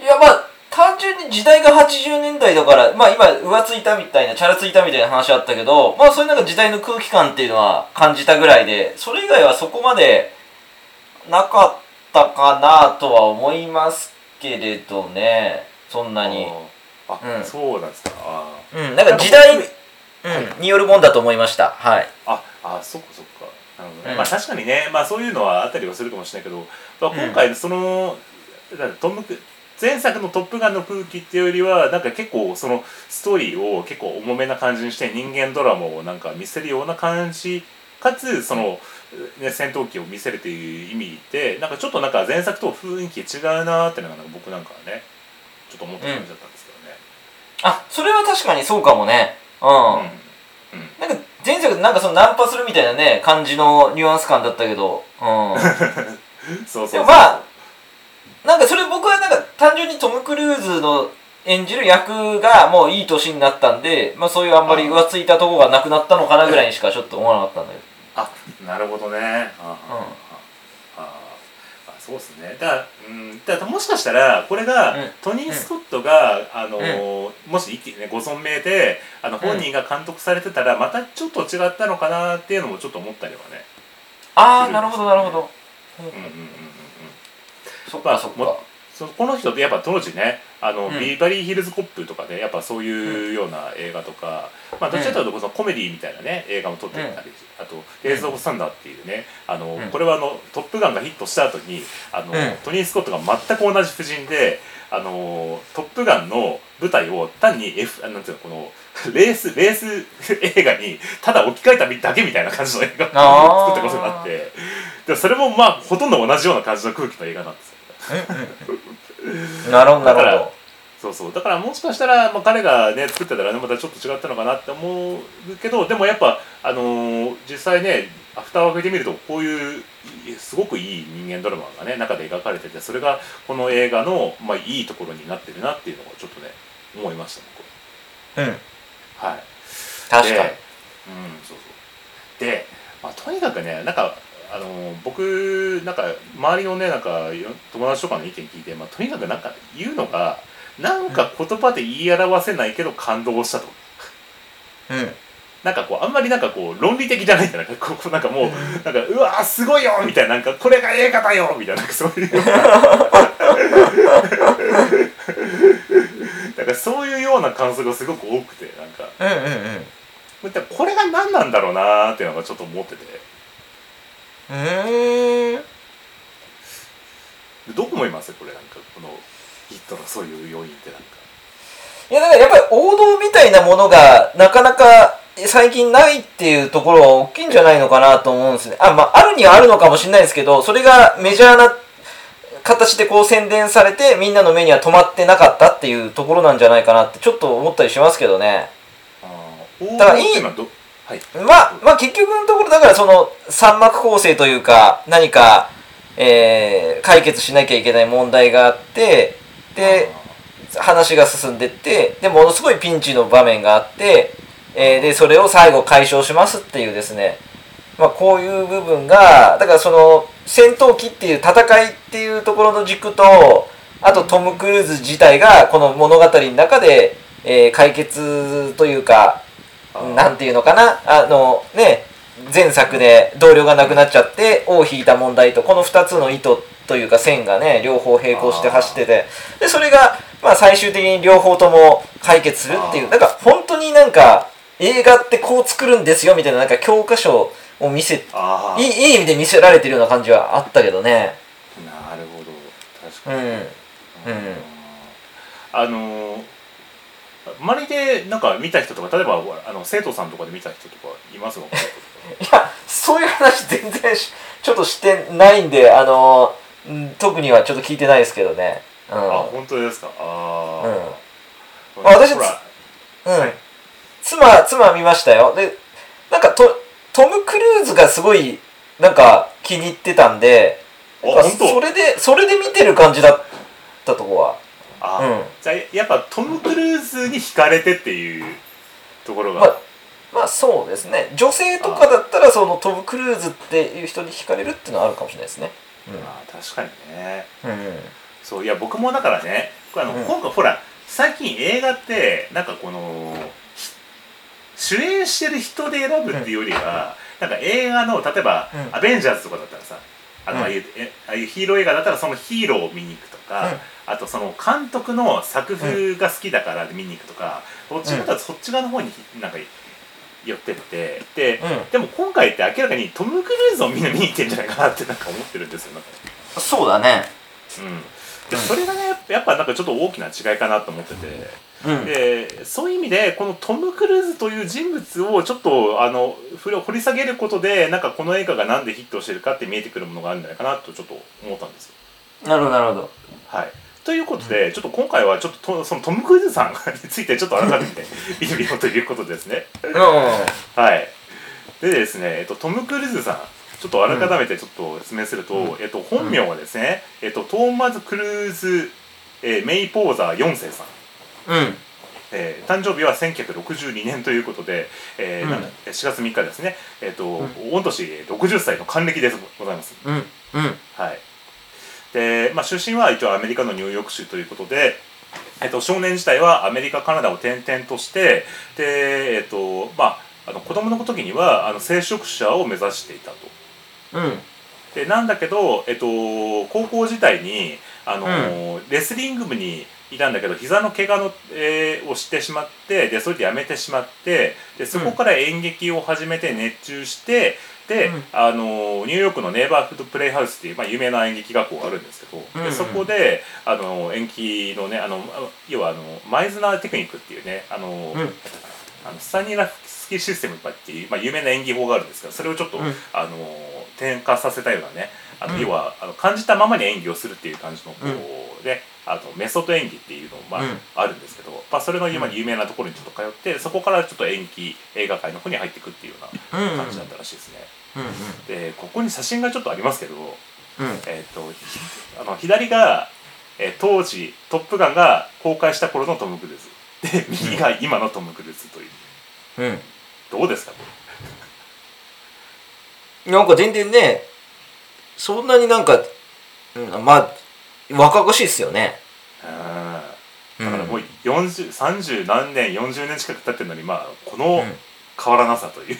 Speaker 2: いやまあ単純に時代が80年代だからまあ今浮ついたみたいなチャラついたみたいな話あったけどまあそういうなんか時代の空気感っていうのは感じたぐらいでそれ以外はそこまでなかったかなとは思いますけれどねそんなに
Speaker 1: あーあ、
Speaker 2: うん
Speaker 1: そうなんですかあー
Speaker 2: うんなんか時代、うんによるもんだと思いましたはい
Speaker 1: ああそっかそっかなるほどね、
Speaker 2: うん
Speaker 1: まあ確かにねまあそういうのはあったりはするかもしれないけど、まあ、
Speaker 2: うん
Speaker 1: 今回その、なんだトムク前作の「トップガン」の空気っていうよりはなんか結構そのストーリーを結構重めな感じにして人間ドラマをなんか見せるような感じかつその、ね、戦闘機を見せるという意味でなんかちょっとなんか前作と雰囲気違うなーってのがなんか僕なんかはねちょっと思った感じだったんですけ
Speaker 2: あそれは確かにそうかもねうん、
Speaker 1: どね。うんうん
Speaker 2: なんか前作なんかそのナンパするみたいなね感じのニュアンス感だったけどうん
Speaker 1: そうそう
Speaker 2: で
Speaker 1: そう
Speaker 2: もまあなんかそれ僕はなんか単純にトム・クルーズの演じる役がもういい年になったんで、まあ、そういうあんまり浮ついたとこがなくなったのかなぐらいにしかちょっと思わなかったんだけど
Speaker 1: あなるほどねあー、
Speaker 2: うん
Speaker 1: あーあそうですねだからうんだからもしかしたらこれが、
Speaker 2: うん
Speaker 1: トニー・スコットが、あのーもし一気にねご存命であの
Speaker 2: うん
Speaker 1: 本人が監督されてたら、またちょっと違ったのかなっていうのもちょっと思ったりはね
Speaker 2: ああなるほどなるほど、
Speaker 1: うんうんうんうんうん
Speaker 2: そっ
Speaker 1: ま
Speaker 2: か
Speaker 1: あ
Speaker 2: そっ
Speaker 1: も
Speaker 2: か
Speaker 1: そこの人ってやっぱ当時ねあの、
Speaker 2: うん
Speaker 1: ビバリーヒルズ・コップとかでやっぱそういうような映画とか、まあ、どちらかというとそのコメディみたいなね映画も撮ってたり、
Speaker 2: うん
Speaker 1: あと「レーズ・オブ・サンダー」っていうねあの、
Speaker 2: うん
Speaker 1: これはあの「トップガン」がヒットした後にあの、
Speaker 2: うん
Speaker 1: トニー・スコットが全く同じ布陣で「あのトップガン」の舞台を単に、F、あなんていうのこの <laughs> レースレース <laughs> 映画にただ置き換えただけみたいな感じの映画を
Speaker 2: あー
Speaker 1: 作ったことになってでそれもまあほとんど同じような感じの空気の映画なんですよ。
Speaker 2: なるほどな
Speaker 1: だから
Speaker 2: るほど
Speaker 1: そうそうだからもしかしたら、まあ、彼がね作ってたらねまたちょっと違ったのかなって思うけどでもやっぱあのー実際ねアフターワークで見るとこういういすごくいい人間ドラマがね中で描かれててそれがこの映画の、まあ、いいところになってるなっていうのがちょっとね思いました僕
Speaker 2: うん
Speaker 1: は。はい
Speaker 2: 確
Speaker 1: で
Speaker 2: かに
Speaker 1: うんそうそうで、まあ、とにかくねなんかあのー僕なんか周りのねなんかよ友達とかの意見聞いて、まあ、とにかくなんか言うのがなんか言葉で言い表せないけど感動したと
Speaker 2: うん
Speaker 1: なんかこうあんまりなんかこう論理的じゃないんだよなん <laughs> かこうなんかもうなんかうわーすごいよみたいななんかこれが映画だよみたいななんかそういうなんかそういうような感想がすごく多くてなんか
Speaker 2: うんうんうん
Speaker 1: これが何なんだろうなーっていうのがちょっと思ってて
Speaker 2: うーん
Speaker 1: どう思いますこれなんかこのヒットのそういう要因ってなんか
Speaker 2: いやだからやっぱり王道みたいなものがなかなか最近ないっていうところは大きいんじゃないのかなと思うんですね。あ、まあ、あるにはあるのかもしれないですけど、それがメジャーな形でこう宣伝されて、みんなの目には止まってなかったっていうところなんじゃないかなってちょっと思ったりしますけどね。
Speaker 1: ああ
Speaker 2: だからいい
Speaker 1: のはどはい
Speaker 2: まあ、まあ結局のところだからその三幕構成というか何か、えー解決しなきゃいけない問題があって、で、話が進んでってでものすごいピンチの場面があって、えーでそれを最後解消しますっていうですね、まあ、こういう部分がだからその戦闘機っていう戦いっていうところの軸とあとトム・クルーズ自体がこの物語の中で、えー解決というか
Speaker 1: あー
Speaker 2: なんていうのかなあのね前作で同僚が亡くなっちゃって尾を引いた問題とこの2つの糸というか線がね両方並行して走っててでそれが、まあ、最終的に両方とも解決するってい
Speaker 1: あ
Speaker 2: う
Speaker 1: ー
Speaker 2: なんか本当になんか映画ってこう作るんですよみたいななんか教科書を見せ
Speaker 1: ああ
Speaker 2: いいいい意味で見せられてるような感じはあったけどね
Speaker 1: なるほど確
Speaker 2: うん
Speaker 1: かに、
Speaker 2: うん
Speaker 1: あのー周りでなんか見た人とか例えばほらあの生徒さんとかで見た人とかいますかこ
Speaker 2: いや、そういう話全然しちょっとしてないんで、あのーうん特にはちょっと聞いてないですけどね。うん。
Speaker 1: あ本当ですかあー、
Speaker 2: んあ私
Speaker 1: ほら
Speaker 2: うん。妻、妻見ましたよ。で、なんかト、トム・クルーズがすごい、なんか気に入ってたんで、
Speaker 1: あ
Speaker 2: なんか
Speaker 1: 本当
Speaker 2: それで、それで見てる感じだったとこは。
Speaker 1: あ、
Speaker 2: うん
Speaker 1: じゃあやっぱトム・クルーズに惹かれてっていうところが、
Speaker 2: まあ、まあそうですね。女性とかだったら、そのトム・クルーズっていう人に惹かれるっていうのはあるかもしれないですね。
Speaker 1: まあ確かにね
Speaker 2: うん。うん。
Speaker 1: そういや僕もだからねこれあの、
Speaker 2: うん
Speaker 1: 今回ほら最近映画ってなんかこのひ主演してる人で選ぶっていうよりは、なんか映画の例えば、
Speaker 2: うん
Speaker 1: アベンジャーズ」とかだったらさあの、
Speaker 2: うん
Speaker 1: ああいうえああいうヒーロー映画だったらそのヒーローを見に行くとか、
Speaker 2: うん
Speaker 1: あとその監督の作風が好きだから見に行くとか、どっちかというとそっち側の方になんか寄ってってで、
Speaker 2: うん
Speaker 1: でも今回って明らかにトム・クルーズをみんな見に行ってんじゃないかなってなんか思ってるんですよなんか
Speaker 2: そうだね。
Speaker 1: うんでそれがねやっぱなんかちょっと大きな違いかなと思ってて、
Speaker 2: うん。
Speaker 1: でそういう意味でこのトム・クルーズという人物をちょっとあのふり掘り下げることでなんかこの映画がなんでヒットしてるかって見えてくるものがあるんじゃないかなとちょっと思ったんですよ。
Speaker 2: なるほど、なるほど。
Speaker 1: はいということで、ちょっと今回はちょっととそのトム・クルーズさんについてちょっと改めて <laughs> 見てみようということですね。
Speaker 2: う
Speaker 1: はい、でですね、えっと、トム・クルーズさんちょっと改めてちょっと説明すると、
Speaker 2: うん
Speaker 1: えっと、本名はですね、えっと、トーマズ・クルーズ、えーメイ・ポーザー4世さん、
Speaker 2: ん。うん。
Speaker 1: えー誕生日は1962年ということで、えー
Speaker 2: うん
Speaker 1: なんだ4月3日ですね、えっと
Speaker 2: う
Speaker 1: 御年60歳の還暦でございます、
Speaker 2: うん。うん。
Speaker 1: はいでまあ、出身は一応アメリカのニューヨーク州ということで、えっと、少年時代はアメリカカナダを転々としてで、えっとまあ、あの子供の時にはあの聖職者を目指していたと。
Speaker 2: うん。
Speaker 1: でなんだけど、えっと、高校時代にあの、レスリング部にいたんだけど膝の怪我の、えーをしてしまってでそれでやめてしまってでそこから演劇を始めて熱中して、で、
Speaker 2: うん
Speaker 1: あのニューヨークのネイバーフードプレイハウスっていう、まあ、有名な演劇学校があるんですけど、
Speaker 2: うんう
Speaker 1: で
Speaker 2: ん
Speaker 1: そこであの演劇のねあの要はあのマイズナーテクニックっていうねあの、
Speaker 2: うん。
Speaker 1: あのスタニラフスキーシステムっていう、まあ、有名な演技法があるんですけどそれをちょっと、
Speaker 2: うん
Speaker 1: あの転化させたようなねあの、
Speaker 2: うん
Speaker 1: 要はあの感じたままに演技をするっていう感じのこう、
Speaker 2: うん
Speaker 1: ねあとメソッド演技っていうのも、まあ
Speaker 2: うん
Speaker 1: あるんですけど、まあ、それの今
Speaker 2: うん
Speaker 1: 有名なところにちょっと通ってそこからちょっと演技映画界の方に入っていくっていうよう
Speaker 2: うん
Speaker 1: な感じだったらしいですね。でここに写真がちょっとありますけど、
Speaker 2: うん。うん。
Speaker 1: えー、とひあの左が、えー当時「トップガン」が公開した頃のトム・クルーズで右が今のトム・クルーズという。
Speaker 2: うん。
Speaker 1: どうですかこれ
Speaker 2: なんか全然ね、そんなになんか、うん、まあ、若々しいっすよね。
Speaker 1: あーだからもう40 30何年40年近く経ってるのにまあこの変わらなさという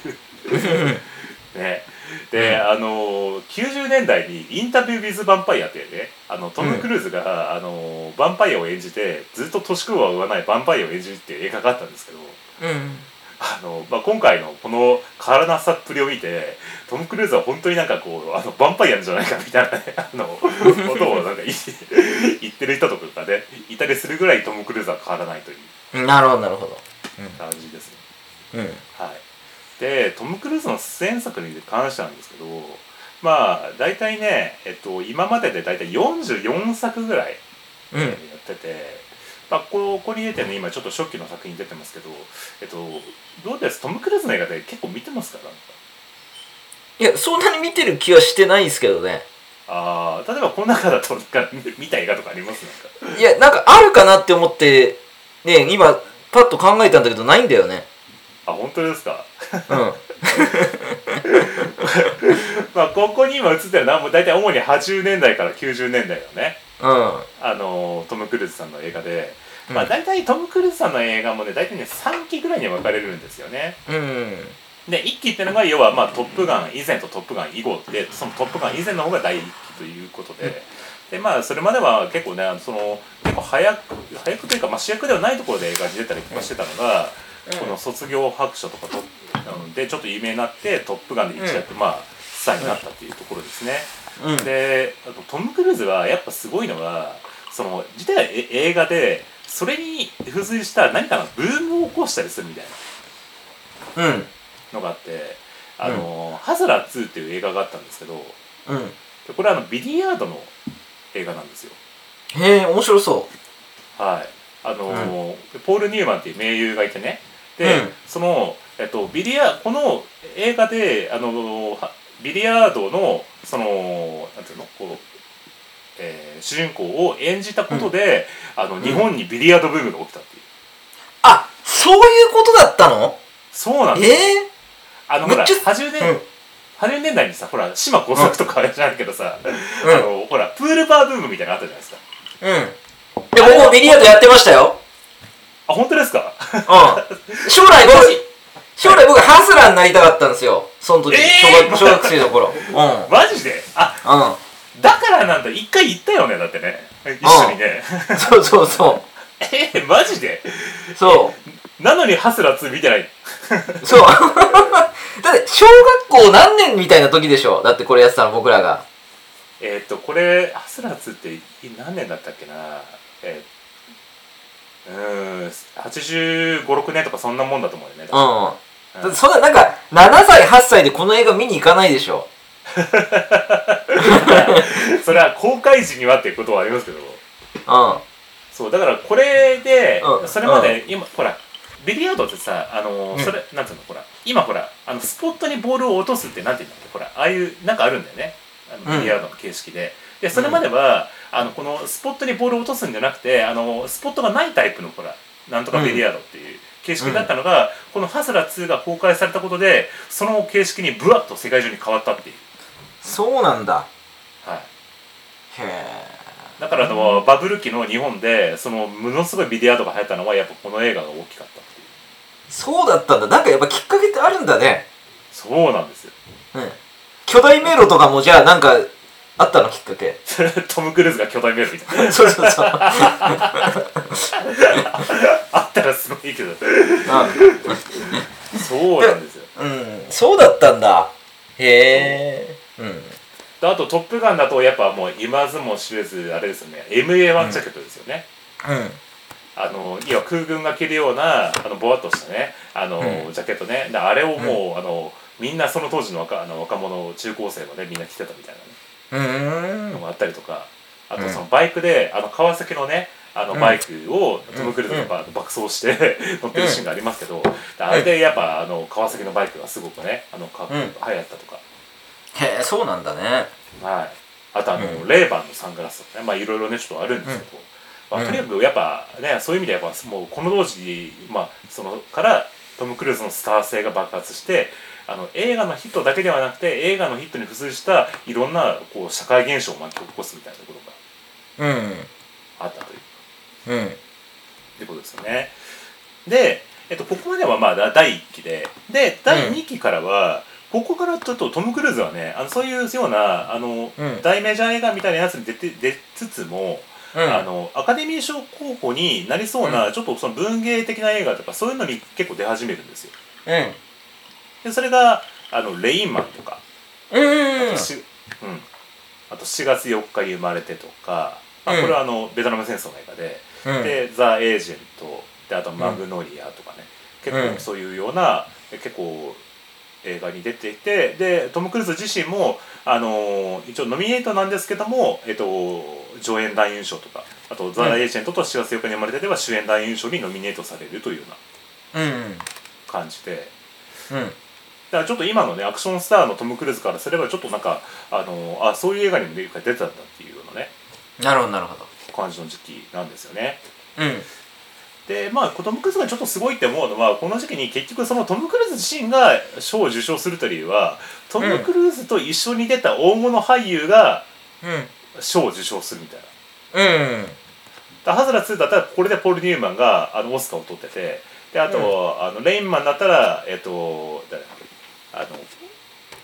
Speaker 1: <laughs> ねで、
Speaker 2: うん
Speaker 1: あのー90年代に「インタビュー・ウィズ・ヴァンパイア」っていうねあのトム・クルーズが、あのーヴァンパイアを演じてずっと年食うは言わないヴァンパイアを演じるっていう映画があったんですけど
Speaker 2: うん。
Speaker 1: あの、まあ、今回のこの変わらなさっぷりを見てトム・クルーズは本当になんかこうあのヴァンパイアなんじゃないかみたいなね <laughs> あ
Speaker 2: <laughs>
Speaker 1: のことをなんか言い言ってる人とかがねいたりするぐらいトム・クルーズは変わらないという
Speaker 2: うん。なるほど、なるほど。
Speaker 1: 感じですね。
Speaker 2: うん。
Speaker 1: はい、でトム・クルーズの出演作に関してなんですけどまあ大体ね、えっと、今までで大体44作ぐらい
Speaker 2: うん。
Speaker 1: やってて、まあ、ここに出てるの今ちょっと初期の作品出てますけど、えっと、どうですトム・クルーズの映画で結構見てますかなんか
Speaker 2: いや、そんなに見てる気はしてないですけどね。
Speaker 1: あー例えばこの中だとなんか <laughs> 見た映画とかありますなんか
Speaker 2: いや、なんかあるかなって思って、ね、今、パッと考えたんだけど、ないんだよね。
Speaker 1: あ本当ですか <laughs>
Speaker 2: うん。
Speaker 1: まあここに今映ってるのはもう大体主に80年代から90年代のね
Speaker 2: うん。
Speaker 1: あのートム・クルーズさんの映画で、まあ
Speaker 2: うん
Speaker 1: 大体トム・クルーズさんの映画もね大体ね3期ぐらいに分かれるんですよね
Speaker 2: うん。
Speaker 1: で1期ってのが要はまあトップガン以前とトップガン以後でそのトップガン以前の方が第1期ということで。でまあ、それまでは結構ねあのその結構早く早くというか、まあ、主役ではないところで映画に出たりとかしてたのが、この卒業白書とかとなのでちょっと有名になって「トップガン」で一躍、まあスターになったっていうところですね。
Speaker 2: うん。
Speaker 1: であとトム・クルーズはやっぱすごいのはその自体はえ映画でそれに付随した何かのブームを起こしたりするみたいな
Speaker 2: うん。
Speaker 1: のがあって。あの、ハズラー2っていう映画があったんですけど
Speaker 2: うん
Speaker 1: これはあのビリヤードの映画なんですよ
Speaker 2: へえ面白そ
Speaker 1: はいあの、ポール・ニューマンっていう名優がいてねで、
Speaker 2: うん
Speaker 1: その、えっと、ビリヤこの映画であのはビリヤードのそのなんていうのこう、えー主人公を演じたことで、あの日本にビリヤードブームが起きたっていう、
Speaker 2: うあそういうことだったの
Speaker 1: そうなんですよ
Speaker 2: え
Speaker 1: あのほ
Speaker 2: め
Speaker 1: ら
Speaker 2: っちゃ
Speaker 1: 80
Speaker 2: え
Speaker 1: 年、80年代にさほら島耕作とかあれじゃないけどさ、
Speaker 2: うん
Speaker 1: あのほらプールバーブームみたいなのあったじゃないですか
Speaker 2: うんうんで僕もビリヤードやってましたよ
Speaker 1: あ本当ですか
Speaker 2: うん将来僕将来僕ハスラーになりたかったんですよその時、
Speaker 1: えー
Speaker 2: 小学小学生の頃うんうん
Speaker 1: マジであだからなんだ一回行ったよねだってね一緒にね
Speaker 2: そうそうそ
Speaker 1: えマジで
Speaker 2: うそう
Speaker 1: なのにハスラー2見てない
Speaker 2: そう。 <laughs> だって、小学校何年みたいな時でしょだってこれやってたの、僕らが。
Speaker 1: えーっとこれハスラー2ってい何年だったっけなえーうーん8 5 6年とかそんなもんだと思うよね、
Speaker 2: うん。だ
Speaker 1: う
Speaker 2: っ
Speaker 1: ん
Speaker 2: てそんな、なんか、7歳、8歳でこの映画見に行かないでしょ
Speaker 1: それは公開時にはっていうことはありますけど
Speaker 2: うん。
Speaker 1: そうだからこれで、
Speaker 2: うん
Speaker 1: それまで今、ほらビリヤードってさあのー
Speaker 2: うん
Speaker 1: それ、なんていうのほら今ほらあのスポットにボールを落とすってなんていうんだっけほらああいうなんかあるんだよねあの
Speaker 2: うん
Speaker 1: ビリヤードの形式で、でそれまでは、あのこのスポットにボールを落とすんじゃなくてあのスポットがないタイプのほらなんとかビリヤードっていう形式だったのが、この「ハスラー2」が公開されたことでその形式にブワッと世界中に変わったっていう、
Speaker 2: そうなんだ。
Speaker 1: はい、
Speaker 2: へえ。
Speaker 1: だからあの、バブル期の日本でそのものすごいビリヤードが流行ったのはやっぱこの映画が大きかったっていう
Speaker 2: そうだったんだ。なんかやっぱきっかけってあるんだね。
Speaker 1: そうなんですよ <laughs>
Speaker 2: うん。巨大迷路とかもじゃあ、なんか、あったのきっか <laughs> け。
Speaker 1: トム・クルーズが巨大メールみたいな
Speaker 2: そうそうそう。
Speaker 1: あったらすごいけど
Speaker 2: う
Speaker 1: そうなんですよ
Speaker 2: ん。うん。そうだったんだ。へえ。うん。
Speaker 1: であと「トップガン」だとやっぱもう今ずも知れずあれですよね MA1 ジャケットですよね、
Speaker 2: うん。
Speaker 1: あの要は空軍が着るようなあのぼわっとしたねあの、
Speaker 2: うん
Speaker 1: ジャケットねであれをもう、あのみんなその当時の若あの若者中高生までみんな着てたみたいなね
Speaker 2: うー
Speaker 1: の
Speaker 2: ん。
Speaker 1: があったりとかあと
Speaker 2: うん
Speaker 1: そのバイクで、あの川崎のねあの
Speaker 2: うん
Speaker 1: バイクをトム・クルーズとか爆走して乗ってるシーンがありますけど、あれでやっぱあの川崎のバイクがすごくねあのかっこ
Speaker 2: うん
Speaker 1: 流行ったとか、
Speaker 2: へえ、そうなんだね。
Speaker 1: はい、あとあの、
Speaker 2: うん
Speaker 1: レーバンのサングラスとかねまあいろいろねちょっとあるんですけど、ま
Speaker 2: う
Speaker 1: あ、
Speaker 2: ん
Speaker 1: とにかくやっぱねそういう意味ではやっぱもうこの当時、まあ、そのからトム・クルーズのスター性が爆発してあの映画のヒットだけではなくて映画のヒットに付随したいろんなこう社会現象を巻き起こすみたいなところが
Speaker 2: うん。
Speaker 1: あったという
Speaker 2: うん。
Speaker 1: ってことですよね。で、えっと、ここまではまあだ第1期でで第2期からは、ここからちょっとトム・クルーズはねあのそういうようなあの、
Speaker 2: うん
Speaker 1: 大メジャー映画みたいなやつに出て出つつも、
Speaker 2: うん
Speaker 1: あのアカデミー賞候補になりそうな、ちょっとその文芸的な映画とかそういうのに結構出始めるんですよ。
Speaker 2: うん。
Speaker 1: でそれがあのレインマンとか、
Speaker 2: うん。
Speaker 1: しうん、あと4月4日に生まれてとか、まあ、これはあの、ベトナム戦争の映画で。で「ザ・エージェント」であと「マグノリア」とかね、結
Speaker 2: う
Speaker 1: 構
Speaker 2: ん
Speaker 1: そういうような結構映画に出ていてでトム・クルーズ自身も、あのー一応ノミネートなんですけども、えっと、上演男優賞とかあと「ザ・エージェント」と「4月4日に生まれて」では主演男優賞にノミネートされるというような
Speaker 2: うん。
Speaker 1: 感じで。
Speaker 2: う
Speaker 1: だ
Speaker 2: ん。
Speaker 1: からちょっと今のねアクションスターのトム・クルーズからすればちょっとなんか、あのーあそういう映画にも出てたんだっていうようなね
Speaker 2: なるほど、なるほど。
Speaker 1: 感じの時期なんですよね。
Speaker 2: うん。
Speaker 1: でまあトム・クルーズがちょっとすごいって思うのはこの時期に結局そのトム・クルーズ自身が賞を受賞するという理由はトム・クルーズと一緒に出た大物俳優が
Speaker 2: うん。
Speaker 1: 賞を受賞するみたいな。
Speaker 2: うん。
Speaker 1: だハズラ2だったらこれでポール・ニューマンがあのオスカーを取っててであと、あのレインマンだったらえっと誰だっ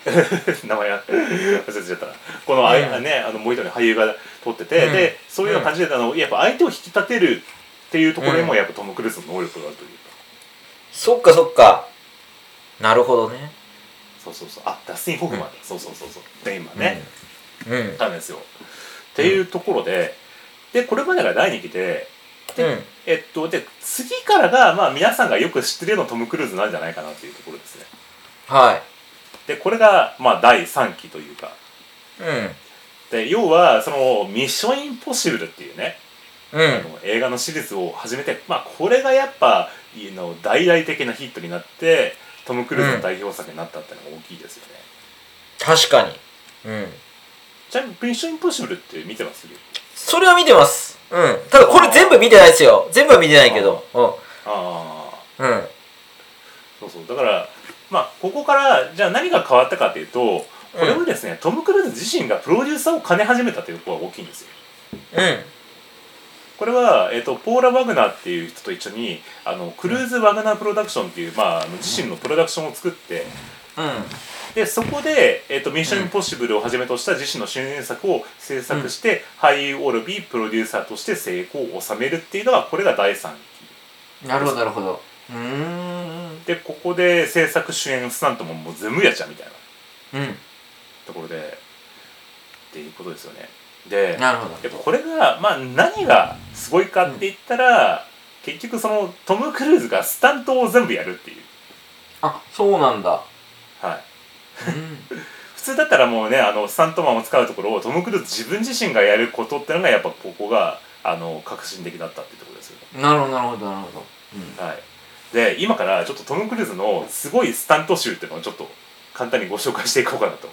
Speaker 1: けあの <laughs> 名前が忘れちゃったなこの、あ
Speaker 2: うん
Speaker 1: ねあのもう一人の俳優が取ってて、
Speaker 2: うん
Speaker 1: でそういうような感じであのやっぱ相手を引き立てるっていうところにもやっぱトム・クルーズの能力があるというか。
Speaker 2: そっかそっか。なるほどね。
Speaker 1: そうそうそうあダスティン・ホフマンだ、そうそうそうそうで今ね、
Speaker 2: うん
Speaker 1: たんですよ、っていうところででこれまでが第2期で
Speaker 2: うん。
Speaker 1: で、えっとで次からがまあ皆さんがよく知ってるようなトム・クルーズなんじゃないかなっていうところですね
Speaker 2: はい。
Speaker 1: でこれがまあ第3期というか
Speaker 2: う
Speaker 1: で要はその「ミッションインポッシブル」っていうね
Speaker 2: ん。う
Speaker 1: あの映画のシリーズを始めて、まあ、これがやっぱいいの大々的なヒットになってトム・クルーズの代表作になったっていうのが大きいですよね、
Speaker 2: 確かに。うん。
Speaker 1: ちなみに「ミッション・インポッシブル」って見てます
Speaker 2: それは見てます。うん。ただこれ全部見てないですよ。全部は見てないけど。
Speaker 1: ああ
Speaker 2: うん。うん。
Speaker 1: そうそうだからまあここからじゃあ何が変わったかというとこれはですね、トム・クルーズ自身がプロデューサーを兼ね始めたということが大きいんですよ
Speaker 2: うん。
Speaker 1: これは、えっとポーラ・ワグナーっていう人と一緒にあのクルーズ・ワグナープロダクションっていう、まあ、あの自身のプロダクションを作って
Speaker 2: うん。
Speaker 1: でそこで、えっと「ミッション・インポッシブル」をはじめとした自身の主演作を制作して、俳優およびプロデューサーとして成功を収めるっていうのがこれが第3期
Speaker 2: なるほど、なるほど。うーん。
Speaker 1: でここで制作主演スタントももう全部やっちゃうみたいな
Speaker 2: うん。
Speaker 1: ところでっていうことですよねで
Speaker 2: なるほど。
Speaker 1: やっぱこれが、まあ、何がすごいかって言ったら、結局そのトム・クルーズがスタントを全部やるっていう、
Speaker 2: あ、そうなんだ。
Speaker 1: はい、
Speaker 2: うん。
Speaker 1: 普通だったらもうねあのスタントマンを使うところをトム・クルーズ自分自身がやることってのがやっぱここがあの革新的だったっていうところですよね。
Speaker 2: なるほど、なるほど、なるほど。うん。
Speaker 1: はい、で今からちょっとトム・クルーズのすごいスタント集っていうのをちょっと簡単にご紹介していこうかなと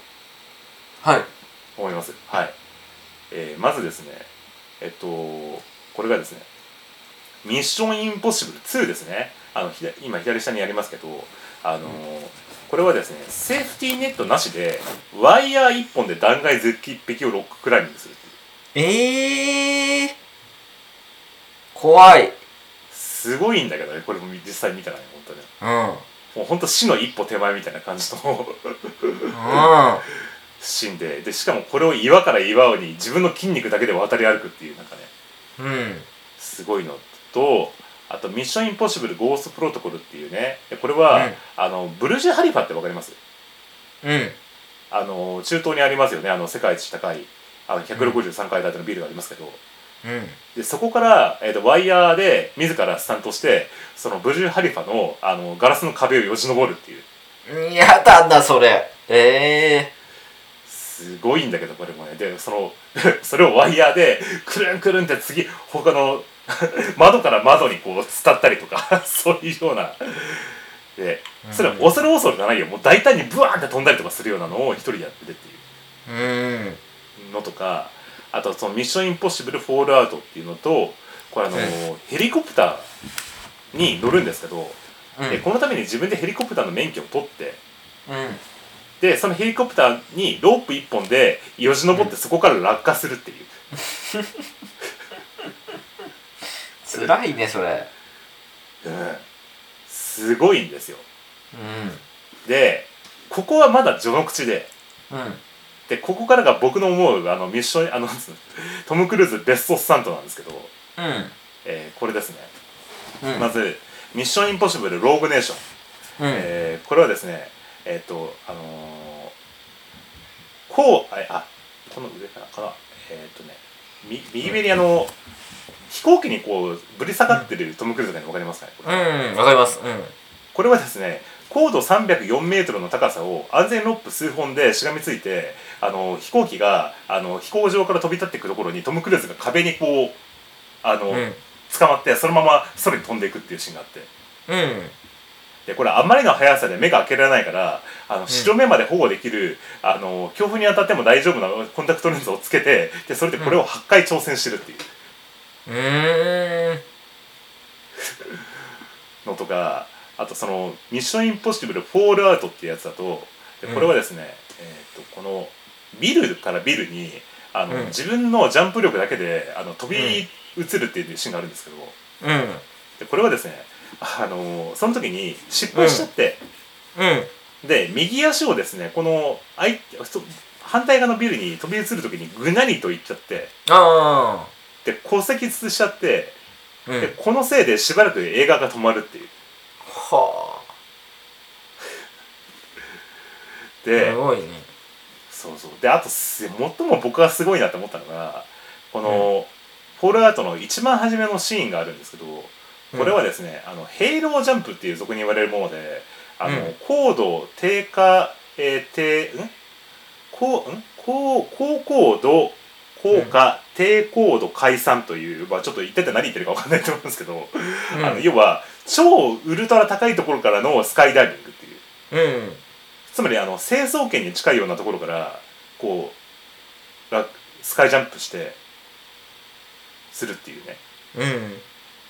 Speaker 2: はい。
Speaker 1: 思います。はいえーまずですねえっとこれがですね「ミッション・インポッシブル2」ですねあの左今左下にやりますけどあのこれはですねセーフティーネットなしでワイヤー1本で断崖絶壁をロッククライミングするっていう
Speaker 2: ええー。怖い。
Speaker 1: すごいんだけどねこれも実際見たらね本当ね
Speaker 2: うん。うん。
Speaker 1: もう本当死の一歩手前みたいな感じの <laughs> シーンででしかもこれを岩から岩に自分の筋肉だけで渡り歩くっていうなんかね
Speaker 2: うん。
Speaker 1: すごいのとあと「ミッションインポッシブルゴーストプロトコル」っていうねでこれは、
Speaker 2: うん
Speaker 1: あのブルジュ・ハリファってわかります
Speaker 2: うん。
Speaker 1: あの中東にありますよねあの世界一高いあの163階建てのビルがありますけど、
Speaker 2: うん。
Speaker 1: でそこから、えー、とワイヤーで自らスタントしてそのブルジュ・ハリファのあのガラスの壁をよじ登るっていう
Speaker 2: やだなそれえ
Speaker 1: すごいんだけどこれもねでその <laughs> それをワイヤーでくるんくるんって次他の <laughs> 窓から窓にこう伝ったりとか <laughs> そういうようなで
Speaker 2: うん
Speaker 1: それは恐る恐るじゃないよもう大胆にブワーンって飛んだりとかするようなのを一人でやってるってい
Speaker 2: えうん
Speaker 1: うのとかあとその「ミッションインポッシブル・フォールアウト」っていうのとこれあの、
Speaker 2: うん
Speaker 1: ヘリコプターに乗るんですけど、
Speaker 2: うん
Speaker 1: でこのために自分でヘリコプターの免許を取って
Speaker 2: うん
Speaker 1: でそのヘリコプターにロープ1本でよじ登ってそこから落下するっていう、
Speaker 2: 辛いねそれ
Speaker 1: うんすごいんですよ
Speaker 2: うん
Speaker 1: でここはまだ序の口で
Speaker 2: うん
Speaker 1: でここからが僕の思うあのミッションあの <laughs> トム・クルーズベストスタントなんですけど、
Speaker 2: うん
Speaker 1: えーこれですね、
Speaker 2: うん
Speaker 1: まず「ミッション・インポッシブル・ローグ・ネーション」
Speaker 2: うん
Speaker 1: えーこれはですねえーっ、とあのーこうああこの上かなかなえーっ、とねみ右目にあの飛行機にこうぶり下がってるトム・クルーズがねわかりますかねこれ
Speaker 2: うんわかりますうん
Speaker 1: これはですね高度304メートルの高さを安全ロップ数本でしがみついてあの飛行機があの飛行場から飛び立っていくところにトム・クルーズが壁にこうあの、
Speaker 2: うん
Speaker 1: 捕まってそのまま空に飛んでいくっていうシーンがあって
Speaker 2: うん
Speaker 1: でこれあまりの速さで目が開けられないからあの白目まで保護できる、あの強風に当たっても大丈夫なコンタクトレンズをつけてでそれでこれを8回挑戦してるっていう
Speaker 2: うーん
Speaker 1: のとかあとその「ミッションインポッシブルフォールアウト」っていうやつだとでこれはですね、えー、とこのビルからビルにあの、
Speaker 2: うん
Speaker 1: 自分のジャンプ力だけであの飛び移るっていうシーンがあるんですけど
Speaker 2: うん
Speaker 1: でこれはですねあのその時に失敗しちゃって、
Speaker 2: うん
Speaker 1: で右足をですねこのあいそ反対側のビルに飛び移る時にぐなりといっちゃって
Speaker 2: ああ
Speaker 1: で骨折しちゃって
Speaker 2: う
Speaker 1: で
Speaker 2: ん
Speaker 1: このせいでしばらく映画が止まるっていう。
Speaker 2: はあ
Speaker 1: です
Speaker 2: ごいね
Speaker 1: そうそうであとす最も僕がすごいなって思ったのがこの、フォールアウトの一番初めのシーンがあるんですけどこれはですね、あのヘイロージャンプっていう俗に言われるものであの、
Speaker 2: うん
Speaker 1: 高度低下えー、てんこうん高高高度効果低高度解散という、まあ、ちょっと言ってて何言ってるか分かんないと思うんですけど、あの要は超ウルトラ高いところからのスカイダイビングっていう
Speaker 2: うん
Speaker 1: つまりあの成層圏に近いようなところからこうラスカイジャンプしてするっていうね
Speaker 2: うん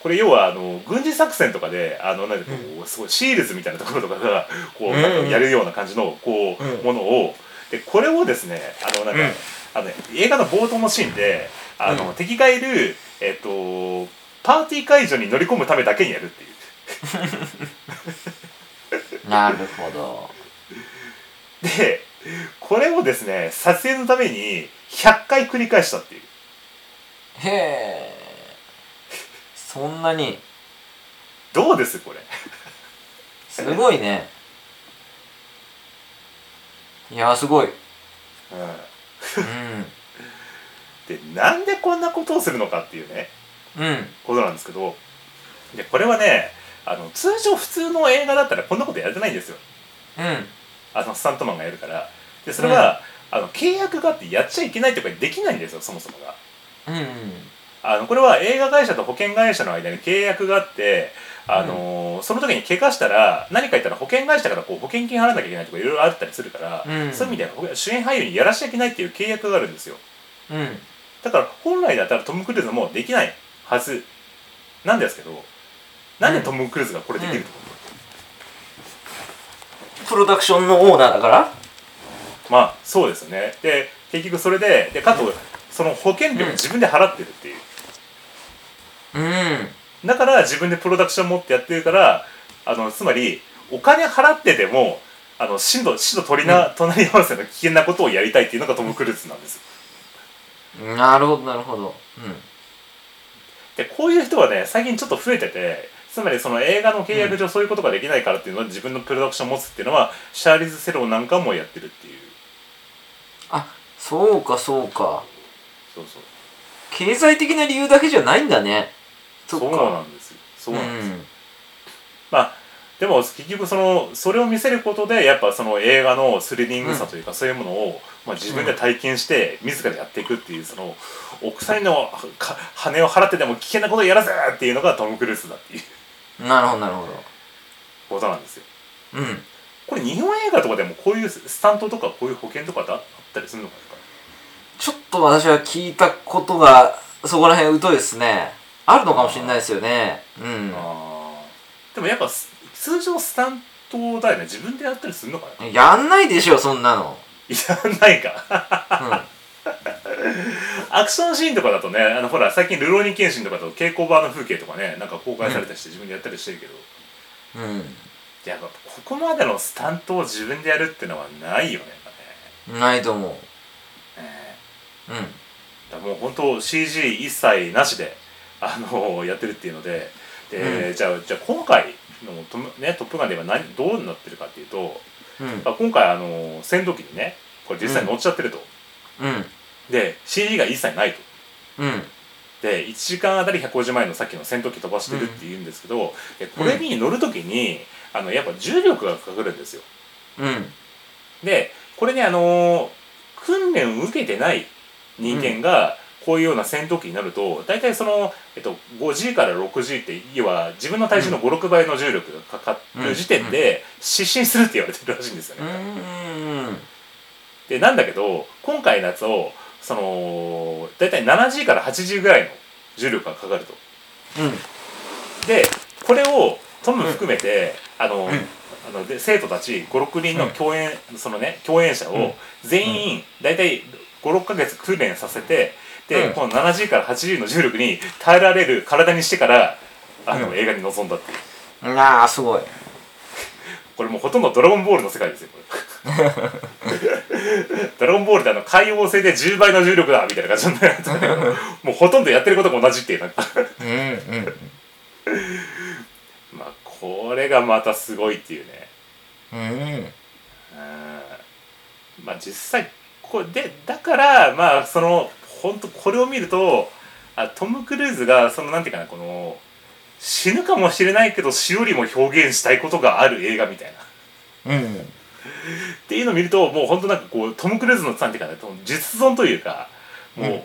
Speaker 1: これ要はあの軍事作戦とかであのなんかこう、すごいシールズみたいなところとかがこう
Speaker 2: うん
Speaker 1: なんかやるような感じのこう、
Speaker 2: うん
Speaker 1: ものをでこれをですねあのなんか、
Speaker 2: うん
Speaker 1: あのね映画の冒頭のシーンであの、
Speaker 2: うん
Speaker 1: 敵がいる、えっと、パーティー会場に乗り込むためだけにやるっていう。
Speaker 2: なるほど
Speaker 1: でこれをですね撮影のために100回繰り返したっていう
Speaker 2: へえそんなに
Speaker 1: どうですこれ
Speaker 2: すごいねいやすごい
Speaker 1: うん
Speaker 2: う
Speaker 1: でなんでこんなことをするのかっていうね
Speaker 2: んうん
Speaker 1: ことなんですけどでこれはねあの通常普通の映画だったらこんなことやってないんですよ
Speaker 2: うん
Speaker 1: あのスタントマンがやるからでそれは、あの契約があってやっちゃいけないとかできないんですよそもそもが
Speaker 2: うん
Speaker 1: あのこれは映画会社と保険会社の間に契約があって、あのーその時に怪我したら何か言ったら保険会社からこう保険金払わなきゃいけないとかいろいろあったりするから、
Speaker 2: うん
Speaker 1: そういう意味では保険主演俳優にやらしちゃいけないっていう契約があるんですよ
Speaker 2: うんうん
Speaker 1: だから本来だったらトム・クルーズもできないはずなんですけどなんでトム・クルーズがこれできると思う、
Speaker 2: プロダクションのオーナーだから
Speaker 1: まあそうですよねで結局それででかとその保険料を自分で払ってるっていう、
Speaker 2: うん
Speaker 1: だから自分でプロダクション持ってやってるからあのつまりお金払ってでもあの死の死の取りな、隣り合わせの危険なことをやりたいっていうのがトム・クルーズなんです
Speaker 2: なるほどなるほど
Speaker 1: でこういう人はね最近ちょっと増えててつまりその映画の契約上そういうことができないからっていうのは自分のプロダクションを持つっていうのはシャーリーズ・セロンなんかもやってるっていう
Speaker 2: あそうかそうか
Speaker 1: そうそう
Speaker 2: 経済的な理由だけじゃないんだねそっ
Speaker 1: そう
Speaker 2: か
Speaker 1: なんですよそうなんですよ、まあでも結局そのそれを見せることでやっぱその映画のスリリングさというか、そういうものを、まあ、自分で体験して自らやっていくっていうその奥さんのか羽を払ってでも危険なことをやらせっていうのがトム・クルーズだっていう <laughs>
Speaker 2: うんなるほどなるほど
Speaker 1: ことなんですよ。
Speaker 2: うん
Speaker 1: これ日本映画とかでもこういうスタントとかこういう保険とかってあったりするのか
Speaker 2: ちょっと私は聞いたことがそこら辺疎いですねあるのかもしれないですよねうん
Speaker 1: な、あーでもやっぱす通常スタントだよね自分でやったりするのかな
Speaker 2: やんないでしょそん
Speaker 1: <laughs>
Speaker 2: なの、
Speaker 1: いやないか <laughs>
Speaker 2: う
Speaker 1: アクションシーンとかだとねあのほら最近「ルローニケンシン」とかと稽古場の風景とかねなんか公開されたりして自分でやったりしてるけど、
Speaker 2: ん、
Speaker 1: やっぱここまでのスタントを自分でやるってのはないよねやっぱね
Speaker 2: うんないと思う
Speaker 1: え
Speaker 2: う
Speaker 1: ーだからもう本当 CG 一切なしで、あのやってるっていうのでで、
Speaker 2: うん
Speaker 1: じゃあじゃあ今回のトム、ね「トップガン」では何どうなってるかっていうと、
Speaker 2: んうん
Speaker 1: まあ、今回、あの戦闘機にねこれ実際乗っちゃってると、
Speaker 2: うん
Speaker 1: で CG が一切ないと。
Speaker 2: うん
Speaker 1: で1時間あたり150万円のさっきの戦闘機飛ばしてるって言うんですけど、でこれに乗る時にあのやっぱ重力がかかるんですよ
Speaker 2: うん
Speaker 1: でこれねあのー訓練を受けてない人間がこういうような戦闘機になると大体その、えっと、5G から 6G って要は自分の体重の56倍の重力がかかる時点で失神するって言われてるらしいんですよ
Speaker 2: う
Speaker 1: ね。
Speaker 2: んうん
Speaker 1: でなんだけど今回のやつをその大体 7G から 8G ぐらいの重力がかかると。でこれをトム含めて、あの、
Speaker 2: うん
Speaker 1: あので生徒たち56人の共演、そのね共演者を全員大体56ヶ月訓練させてで、
Speaker 2: うん
Speaker 1: この 7G から 8G の重力に耐えられる体にしてからあの、
Speaker 2: うん
Speaker 1: 映画に臨んだっていう
Speaker 2: うんなあすごい
Speaker 1: これもうほとんど「ドラゴンボール」の世界ですよこ
Speaker 2: <laughs>
Speaker 1: れドラゴンボールってあの海王星で10倍の重力だみたいな感じになってたけどもうほとんどやってることが同じっていうなんか
Speaker 2: うんう
Speaker 1: まあこれがまたすごいっていうね
Speaker 2: んうん
Speaker 1: うんまあ実際これでだからまあその本当これを見るとあトム・クルーズがそのなんていうかなこの死ぬかもしれないけど死よりも表現したいことがある映画みたいな
Speaker 2: うん
Speaker 1: っていうのを見るともう本当なんかこうトム・クルーズのなんていうかね実存というかもう、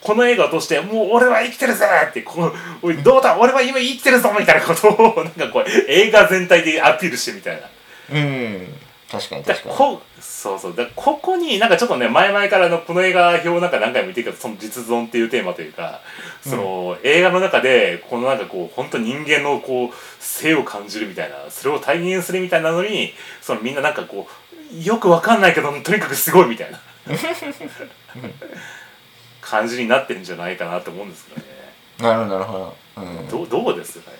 Speaker 1: この映画を通して「もう俺は生きてるぜ!」ってこう「おいどうだ俺は今生きてるぞ!」みたいなことをなんかこう映画全体でアピールしてみたいな。
Speaker 2: うん確かに
Speaker 1: だ
Speaker 2: 確
Speaker 1: か
Speaker 2: からに
Speaker 1: こそうそうだからここになんかちょっとね前々からあのこの映画表なんか何回も言ってるけどその実存っていうテーマというかその、映画の中でこのなんかこう本当人間のこう性を感じるみたいなそれを体現するみたいなのにそのみんななんかこうよくわかんないけどとにかくすごいみたいな感じになってるんじゃないかなと思うんですけどね
Speaker 2: なるほどなるほど、うん、
Speaker 1: どうどうですかね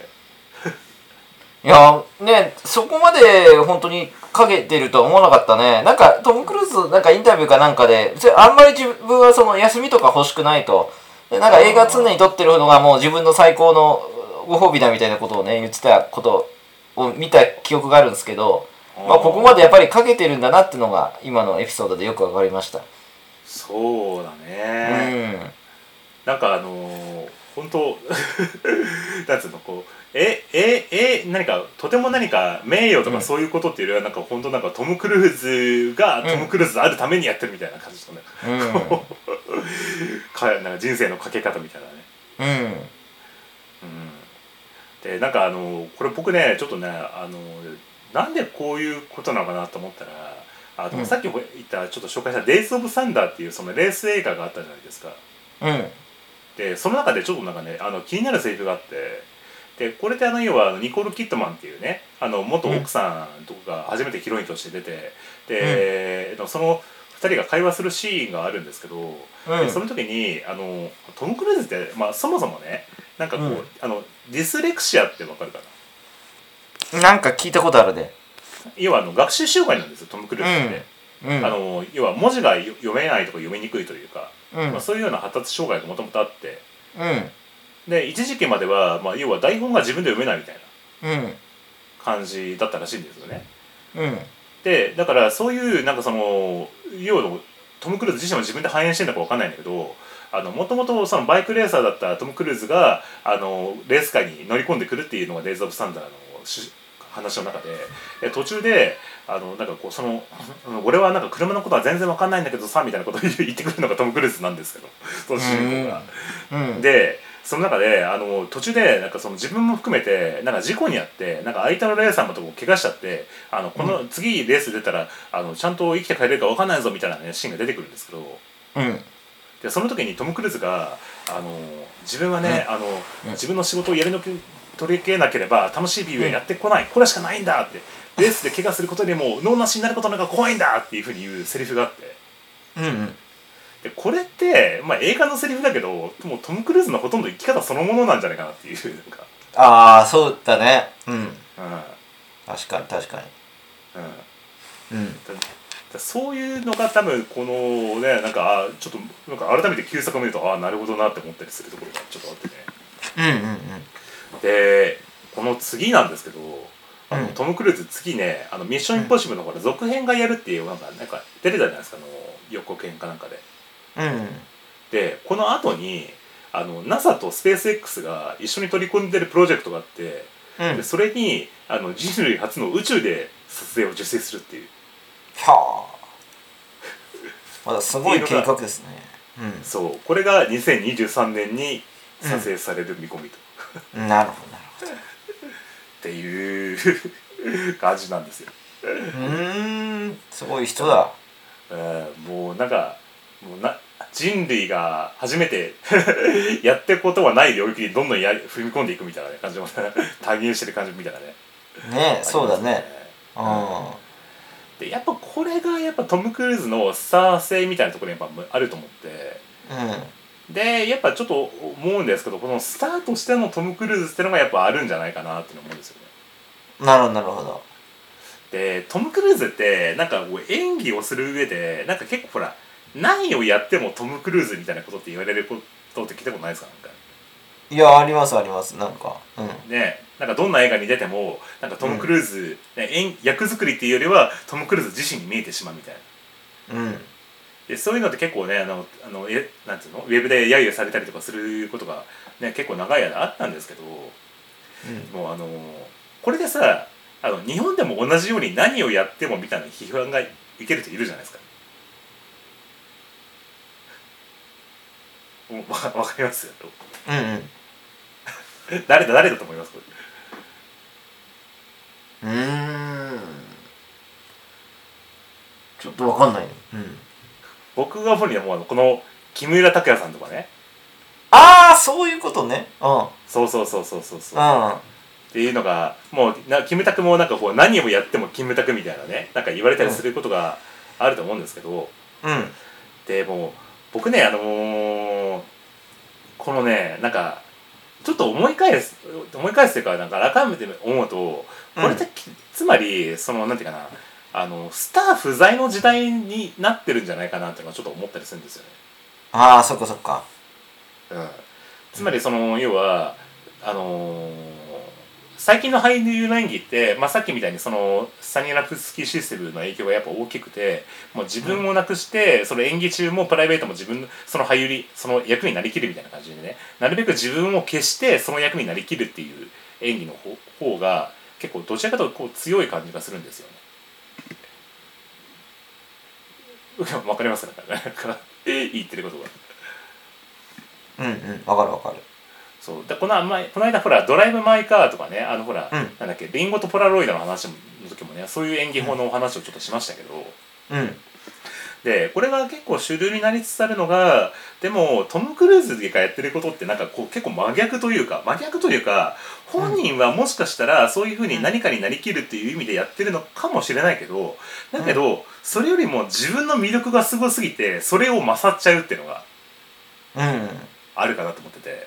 Speaker 2: いやねそこまで本当にかけてるとは思わなかったねなんかトム・クルーズなんかインタビューかなんかでそれあんまり自分はその休みとか欲しくないとでなんか映画常に撮ってるのがもう自分の最高のご褒美だみたいなことをね言ってたことを見た記憶があるんですけど、まあ、ここまでやっぱりかけてるんだなっていうのが今のエピソードでよくわかりました、
Speaker 1: そうだね、なんかあのー、本当 <laughs> なんつうのこうえええ何かとても何か名誉と
Speaker 2: うん
Speaker 1: かそういうことっていうよりはなんか本当なんかトム・クルーズが
Speaker 2: うん
Speaker 1: トム・クルーズであるためにやってるみたいな感じとね、
Speaker 2: うんうん
Speaker 1: かなんか人生のかけ方みたいなね。
Speaker 2: うん
Speaker 1: うん、でなんかあのこれ僕ねちょっとねあのなんでこういうことなのかなと思ったらあの、
Speaker 2: うん
Speaker 1: さっき言ったちょっと紹介した「デイズ・オブ・サンダー」っていうそのレース映画があったじゃないですか。
Speaker 2: うん
Speaker 1: でその中でちょっとなんかねあの気になるセリフがあってでこれってあの要はあのニコール・キットマンっていうねあの元奥さんとかが初めてヒロインとして出てで、その2人が会話するシーンがあるんですけど、
Speaker 2: うん
Speaker 1: でその時にあのトム・クルーズって、まあ、そもそもねなんかこう、
Speaker 2: うん
Speaker 1: あのディスレクシアってわかるかな
Speaker 2: なんか聞いたことあるで
Speaker 1: 要はあの学習障害なんですよトム・クルーズって。
Speaker 2: うん
Speaker 1: あの要は文字がよ読めないとか読みにくいというか、
Speaker 2: うん
Speaker 1: まあ、そういうような発達障害がもともとあって、
Speaker 2: うん
Speaker 1: で一時期までは、まあ、要は台本が自分で読めないみたいな
Speaker 2: うん
Speaker 1: 感じだったらしいんですよね。
Speaker 2: うん
Speaker 1: でだからそういうなんかその要のトム・クルーズ自身も自分で反映してるのかわかんないんだけどもともとバイクレーサーだったトム・クルーズがあのレース界に乗り込んでくるっていうのが「デイズ・オブ・サンダー」の主話の中でで途中であのなんかこうそのあの「俺はなんか車のことは全然わかんないんだけどさ」みたいなことを言う言ってくるのがトム・クルーズなんですけどその主人公が。
Speaker 2: うん
Speaker 1: でその中であの途中でなんかその自分も含めてなんか事故にあってなんか相手のレーサーもとこ怪我しちゃってあのこの次レース出たらあのちゃんと生きて帰れるか分かんないぞみたいな、ね、シーンが出てくるんですけど
Speaker 2: うん
Speaker 1: でその時にトム・クルーズがあの自分はね、あの自分の仕事をやりのけ取り消えなければ楽しいビューはやってこない、これしかないんだってレースで怪我することでも脳なしになることなんか怖いんだっていうふうに言うセリフがあって。
Speaker 2: うん
Speaker 1: でこれって、まあ、映画のセリフだけどもうトム・クルーズのほとんど生き方そのものなんじゃないかなっていう <laughs> なんか、
Speaker 2: ああそうだねうん
Speaker 1: う
Speaker 2: 確かに確か
Speaker 1: んうん、
Speaker 2: にうん
Speaker 1: だそういうのが多分このねなんかあちょっとなんか改めて旧作を見るとああなるほどなって思ったりするところがちょっとあってね
Speaker 2: うん
Speaker 1: でこの次なんですけどあの、
Speaker 2: うん
Speaker 1: トム・クルーズ次ね「あのミッション・インポッシブル」のほら続編がやるっていうなんかなんか出てたじゃないですかあの予告編かなんかで。
Speaker 2: うんうん
Speaker 1: でこの後にあの NASA とスペース X が一緒に取り組んでるプロジェクトがあって
Speaker 2: うんうん
Speaker 1: でそれにあの人類初の宇宙で撮影を受精するっていう
Speaker 2: はあまだすごい計画ですね
Speaker 1: そうこれが2023年に撮影される見込みと、っ
Speaker 2: うんなるほどなるほど
Speaker 1: ていう <laughs> 感じなんですよ、
Speaker 2: うーんすごい人だ
Speaker 1: えーもうなんかもうな人類が初めて <laughs> やってことはない領域にどんどんやり踏み込んでいくみたいなね <laughs> 感じも体現してる感じみたいなね
Speaker 2: ねそうだ
Speaker 1: あり
Speaker 2: ね
Speaker 1: ます
Speaker 2: う
Speaker 1: でやっぱこれがやっぱトム・クルーズのスター性みたいなところにやっぱあると思って
Speaker 2: んうん
Speaker 1: でやっぱちょっと思うんですけどこのスターとしてのトム・クルーズってのがやっぱあるんじゃないかなって思うんですよね。
Speaker 2: なるほどなるほど
Speaker 1: でトム・クルーズってなんかこう演技をする上でなんか結構ほら何をやってもトム・クルーズみたいなことって言われることって聞いたことないですかなんか
Speaker 2: いやありますありますなんかうん
Speaker 1: ねなんかどんな映画に出てもなんかトム・クルーズ、ね演役作りっていうよりはトム・クルーズ自身に見えてしまうみたいな。
Speaker 2: うん
Speaker 1: でそういうのって結構ねあのあのえなんていうのウェブで揶揄されたりとかすることが、ね、結構長い間あったんですけど
Speaker 2: うん
Speaker 1: もうあのこれでさあの日本でも同じように何をやってもみたいな批判がいける人いるじゃないですか。もうわわかりますよ。
Speaker 2: うんうん
Speaker 1: 誰だ誰だと思いますこれ
Speaker 2: うーんちょっとわかんないね、うん、
Speaker 1: 僕が思うにはもうあのこの木村拓哉さんとかね
Speaker 2: ああそういうことねうんうん
Speaker 1: そうそうそうそうそうそう
Speaker 2: あ
Speaker 1: っていうのがもうなキムタクもなんかこう何をやってもキムタクみたいなねなんか言われたりすることがあると思うんですけど、
Speaker 2: うん
Speaker 1: でもう僕ねあのーこのねなんかちょっと思い返す思い返すというかなんか改めて思うとこれって、つまりそのなんていうかなあのスター不在の時代になってるんじゃないかなっていうのはちょっと思ったりするんですよね。
Speaker 2: ああそっかそっか
Speaker 1: うんつまりその要はあのー最近の俳優演技って、まあ、さっきみたいにそのサニー・ラフスキーシステムの影響がやっぱ大きくてもう自分をなくして、その演技中もプライベートも自分のその俳優にその役になりきるみたいな感じでねなるべく自分を消してその役になりきるっていう演技の方方が結構どちらかというとこう強い感じがするんですよね。 <laughs> わかりますか <laughs> なんか言ってることが。
Speaker 2: うんうんわかるわかる
Speaker 1: そうでこの前この間ほら「ドライブ・マイ・カー」とかねあのほら、
Speaker 2: うん
Speaker 1: なんだっけリンゴとポラロイドの話の時もねそういう演技法のお話をちょっとしましたけど、
Speaker 2: うん
Speaker 1: でこれが結構主流になりつつあるのがでもトム・クルーズがやってることってなんかこう結構真逆というか真逆というか本人はもしかしたらそういうふうに何かになりきるっていう意味でやってるのかもしれないけどだけどそれよりも自分の魅力がすごすぎてそれを勝っちゃうっていうのが
Speaker 2: うん
Speaker 1: あるかなと思ってて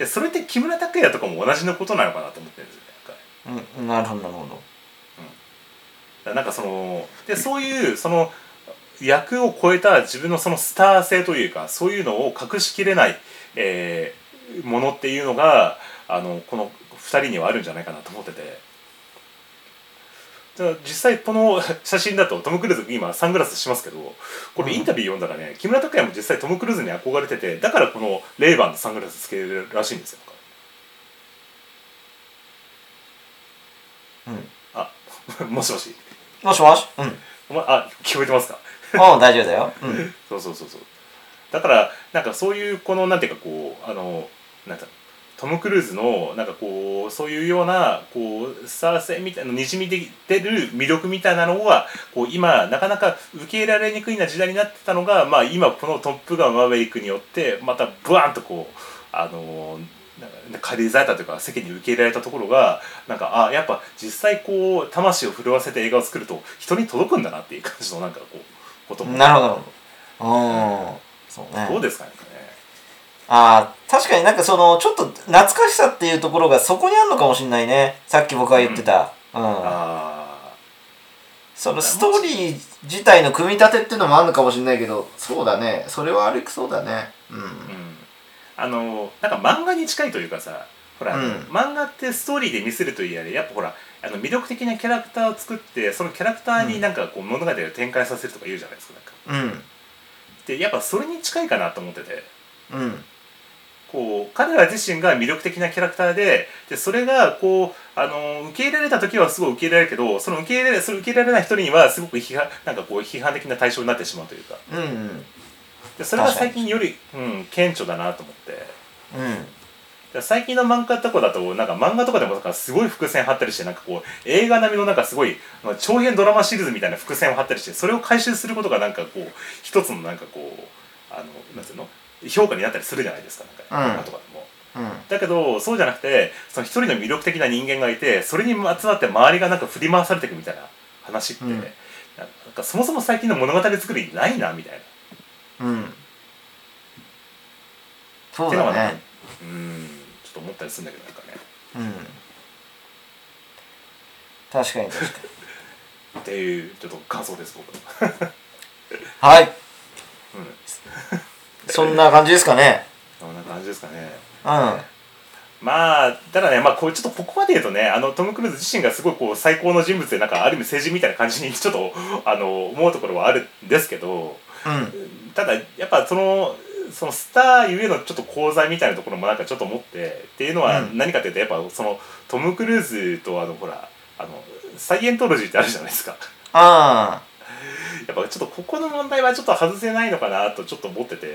Speaker 1: でそれって木村拓哉とかも同じのことなのかなと思ってるんですよねなんか
Speaker 2: うんなるほどなるほど
Speaker 1: だからなんかそのでそういうその役を超えた自分のそのスター性というかそういうのを隠しきれない、えーものっていうのがあのこの2人にはあるんじゃないかなと思ってて。だから実際この写真だとトム・クルーズ今サングラスしますけどこれインタビュー読んだらね、木村拓哉も実際トム・クルーズに憧れててだからこのレイバンのサングラスつけるらしいんですよ。
Speaker 2: うん
Speaker 1: あ <laughs> もしもし
Speaker 2: もしもし <laughs> うん
Speaker 1: お前あ聞こえてますか
Speaker 2: ああ大丈夫だようん
Speaker 1: そうそうそうそうだからなんかそういうこのなんていうかこうあのなんかトム・クルーズのなんかこうそういうようなこうスター性みたいなにじみ出てる魅力みたいなのはこう今なかなか受け入れられにくいな時代になってたのが、まあ、今この「トップガンマーヴェリック」によってまたブワーンとこうあのなんか借りざれたというか世間に受け入れられたところがなんかあやっぱ実際こう魂を震わせて映画を作ると人に届くんだなっていう感じのなんかこうことも
Speaker 2: なるほどなるほどうんそうね
Speaker 1: どうですかね
Speaker 2: ああ確かになんかそのちょっと懐かしさっていうところがそこにあるのかもしれないねさっき僕が言ってた、うん
Speaker 1: あ
Speaker 2: そのストーリー自体の組み立てっていうのもあるのかもしれないけどそうだねそれはありくそうだねうん
Speaker 1: ーうんあのなんか漫画に近いというかさほら、
Speaker 2: うん
Speaker 1: 漫画ってストーリーで見せるといいやれやっぱほらあの魅力的なキャラクターを作ってそのキャラクターになんかこう物語を展開させるとか言うじゃないですかなんか
Speaker 2: うん
Speaker 1: でやっぱそれに近いかなと思ってて
Speaker 2: うん
Speaker 1: こう彼ら自身が魅力的なキャラクターででそれがこうあの受け入れられた時はすごい受け入れられるけどその受け入れそれ受け入れられない人にはすごく批判なんかこう批判的な対象になってしまうというか
Speaker 2: うんうん
Speaker 1: でそれが最近より、うん、顕著だなと思って。
Speaker 2: うん
Speaker 1: で最近の漫画とかだとなんか漫画とかでもなんかすごい伏線張ったりしてなんかこう映画並みのなんかすごいまあ長編ドラマシリーズみたいな伏線を張ったりしてそれを回収することがなんかこう一つのなんかこうあのなんていうの評価になったりするじゃないですかなんか漫
Speaker 2: うん
Speaker 1: 画とかでも。
Speaker 2: うん
Speaker 1: だけどそうじゃなくてその一人の魅力的な人間がいてそれにまつわって周りがなんか振り回されていくみたいな話って、
Speaker 2: うん
Speaker 1: なんかそもそも最近の物語作りにないなみたいな。
Speaker 2: うんそ
Speaker 1: っ
Speaker 2: う
Speaker 1: ていうのがな
Speaker 2: だ
Speaker 1: ん
Speaker 2: ね
Speaker 1: かうんちょっと思ったりするんだけどなんかね。
Speaker 2: うん確かに確かに
Speaker 1: っていうちょっと感想です僕の。
Speaker 2: はい
Speaker 1: うん
Speaker 2: そんな感じですかね
Speaker 1: そんな感じですかね。
Speaker 2: うんあ
Speaker 1: まあ、ただね、まあ、こうちょっとここまで言うとね、あのトム・クルーズ自身がすごいこう最高の人物で、なんかある意味政治みたいな感じにちょっとあの思うところはあるんですけど、
Speaker 2: うん
Speaker 1: ただ、やっぱその、そのスターゆえのちょっと功罪みたいなところもなんかちょっと思ってっていうのは
Speaker 2: うん
Speaker 1: 何かというとやっぱそのトム・クルーズとあのほらあのサイエントロジーってあるじゃないですか
Speaker 2: あ
Speaker 1: やっぱちょっとここの問題はちょっと外せないのかなとちょっと思ってて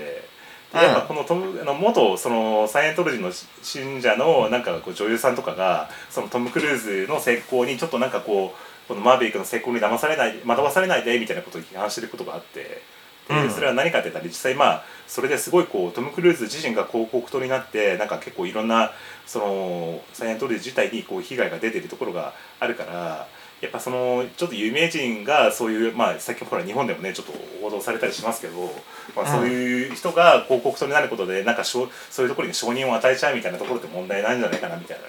Speaker 1: でやっぱこのトムあの元そのサイエントロジーの信者のなんかこう女優さんとかがそのトム・クルーズの成功にちょっとなんかこうこのマーヴェリックの成功に騙されない惑わされないでみたいなことを批判してることがあって。
Speaker 2: う
Speaker 1: で
Speaker 2: ん
Speaker 1: それは何かって言ったら実際まあそれですごいこうトム・クルーズ自身が広告塔になってなんか結構いろんなそのサイエントロジー自体にこう被害が出てるところがあるからやっぱそのちょっと有名人がそういうまあ最近ほら日本でもねちょっと報道されたりしますけど、まあ、そういう人が広告塔になることでなんかしょうそういうところに承認を与えちゃうみたいなところって問題ないんじゃないかなみたいな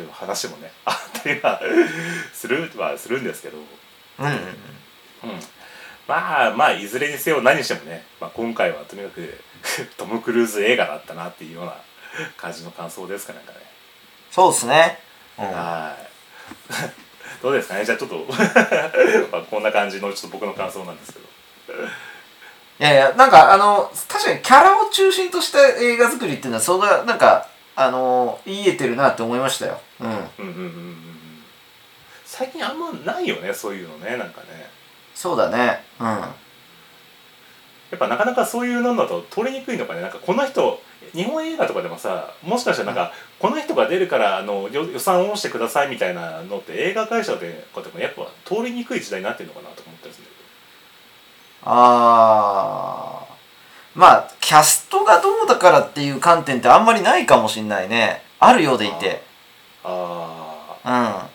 Speaker 1: でも話もねあったりはするはするんですけど。
Speaker 2: あうんうん
Speaker 1: うん、まあまあいずれにせよ何にしてもね、まあ、今回はとにかく <laughs> トム・クルーズ映画だったなっていうような感じの感想ですかなんかね、
Speaker 2: そうですね、うん
Speaker 1: はい <laughs> どうですかねじゃあちょっと <laughs> まあこんな感じのちょっと僕の感想なんですけど
Speaker 2: いやいや、なんかあの、確かにキャラを中心とした映画作りっていうのは、それがなんか、あの、言えてるなって思いましたよ。うん。
Speaker 1: うんうんうんうんうん最近あんまないよねそういうのねなんかね
Speaker 2: そうだね。う
Speaker 1: やっぱなかなかそういうのだと取りにくいのかねなんかこの人日本映画とかでもさもしかしたらなんか、この人が出るからあのよ予算をしてくださいみたいなのって映画会社でとかでもやっぱ通りにくい時代になってるのかなと思ったりするんだ
Speaker 2: ん。あー。まあ、キャストがどうだからっていう観点ってあんまりないかもしんないね。あるようでいて。
Speaker 1: けどあ
Speaker 2: うん。あ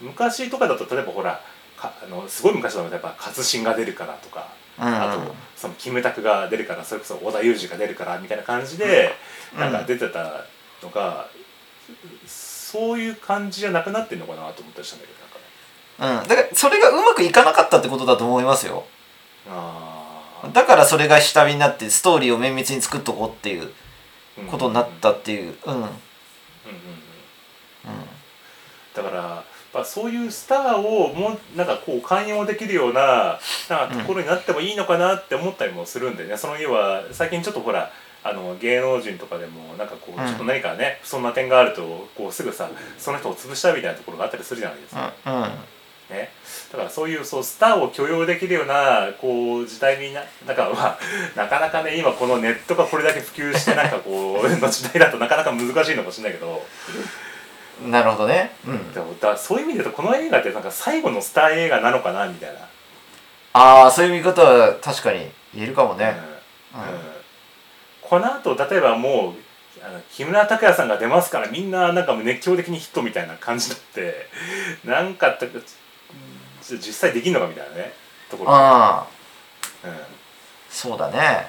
Speaker 1: ー昔とかだと例えばほらかあのすごい昔だとやっぱ勝新が出るからとかあとそのキムタクが出るからそれこそ織田裕二が出るからみたいな感じで、
Speaker 2: うん
Speaker 1: なんか出てたのが、そういう感じじゃなくなってんのかなと思ったりしたんだけどなんかね
Speaker 2: うん。だから、それがうまくいかなかったってことだと思いますよ。
Speaker 1: あー
Speaker 2: だから、それが下火になって、ストーリーを綿密に作っとこうっていう
Speaker 1: うん
Speaker 2: ことになったっていう。うん。うん。
Speaker 1: うんうんうんだから、まあ、そういうスターをもうなんかこう寛容できるようななんかところになってもいいのかなって思ったりもするんでね、その要は最近ちょっとほらあの芸能人とかでもなんかこう
Speaker 2: うん
Speaker 1: ちょっと何かね、そんな点があるとこうすぐさその人を潰したいみたいなところがあったりするじゃないですか、
Speaker 2: うん。うん
Speaker 1: ね、だからそういうそうスターを許容できるようなこう時代になだからまあなかなかね今このネットがこれだけ普及してなんかこう <laughs> の時代だとなかなか難しいのかもしれないけど。
Speaker 2: なるほどね。うん。
Speaker 1: でもだそういう意味で言うとこの映画ってなんか最後のスター映画なのかなみたいな、
Speaker 2: ああ、そういう見方は確かに言えるかもね。
Speaker 1: うんうんこの後例えばもうあの木村拓哉さんが出ますからみんななんかもう熱狂的にヒットみたいな感じになってなんかたじ実際できんのかみたいなねところ、
Speaker 2: ああ、
Speaker 1: うんうん
Speaker 2: そうだね。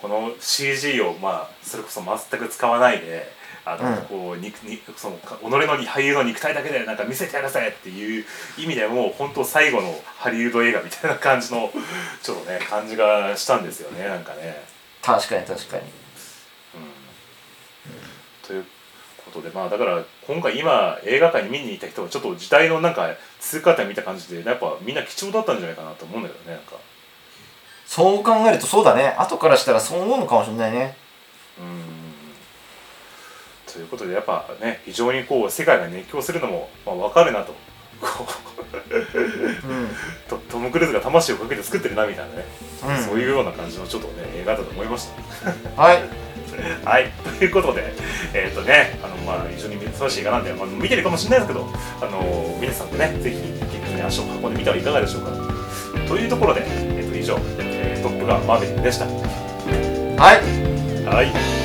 Speaker 1: この CG をまあそれこそ全く使わないであの、
Speaker 2: うん
Speaker 1: こう肉にそのか己の俳優の肉体だけでなんか見せてやらせっていう意味でも本当最後のハリウッド映画みたいな感じのちょっとね感じがしたんですよねなんかね。
Speaker 2: 確かに確かに。
Speaker 1: ということでまあだから今回今映画館に見に行った人はちょっと時代のなんか通過点見た感じでやっぱみんな貴重だったんじゃないかなと思うんだけどねなんか。
Speaker 2: そう考えるとそうだね。後からしたらそう思うのかもしれないね。
Speaker 1: うんということでやっぱね非常にこう世界が熱狂するのも、まあ、分かるなとこ
Speaker 2: うん。
Speaker 1: う <laughs> トトム・クルーズが魂をかけて作ってるなみたいなね、
Speaker 2: うん
Speaker 1: そういうような感じのちょっとね映画だと思いました。 <laughs>
Speaker 2: はい。
Speaker 1: はい、ということで、えっとね、あのまあ、非常に珍しい映画なんで、まあ、見てるかもしれないですけど、あの皆さんもね、ぜひ、結構ね、足を運んでみてはいかがでしょうか。というところで、えっと以上、えートップガンマーヴェリックでした。
Speaker 2: はい。
Speaker 1: はい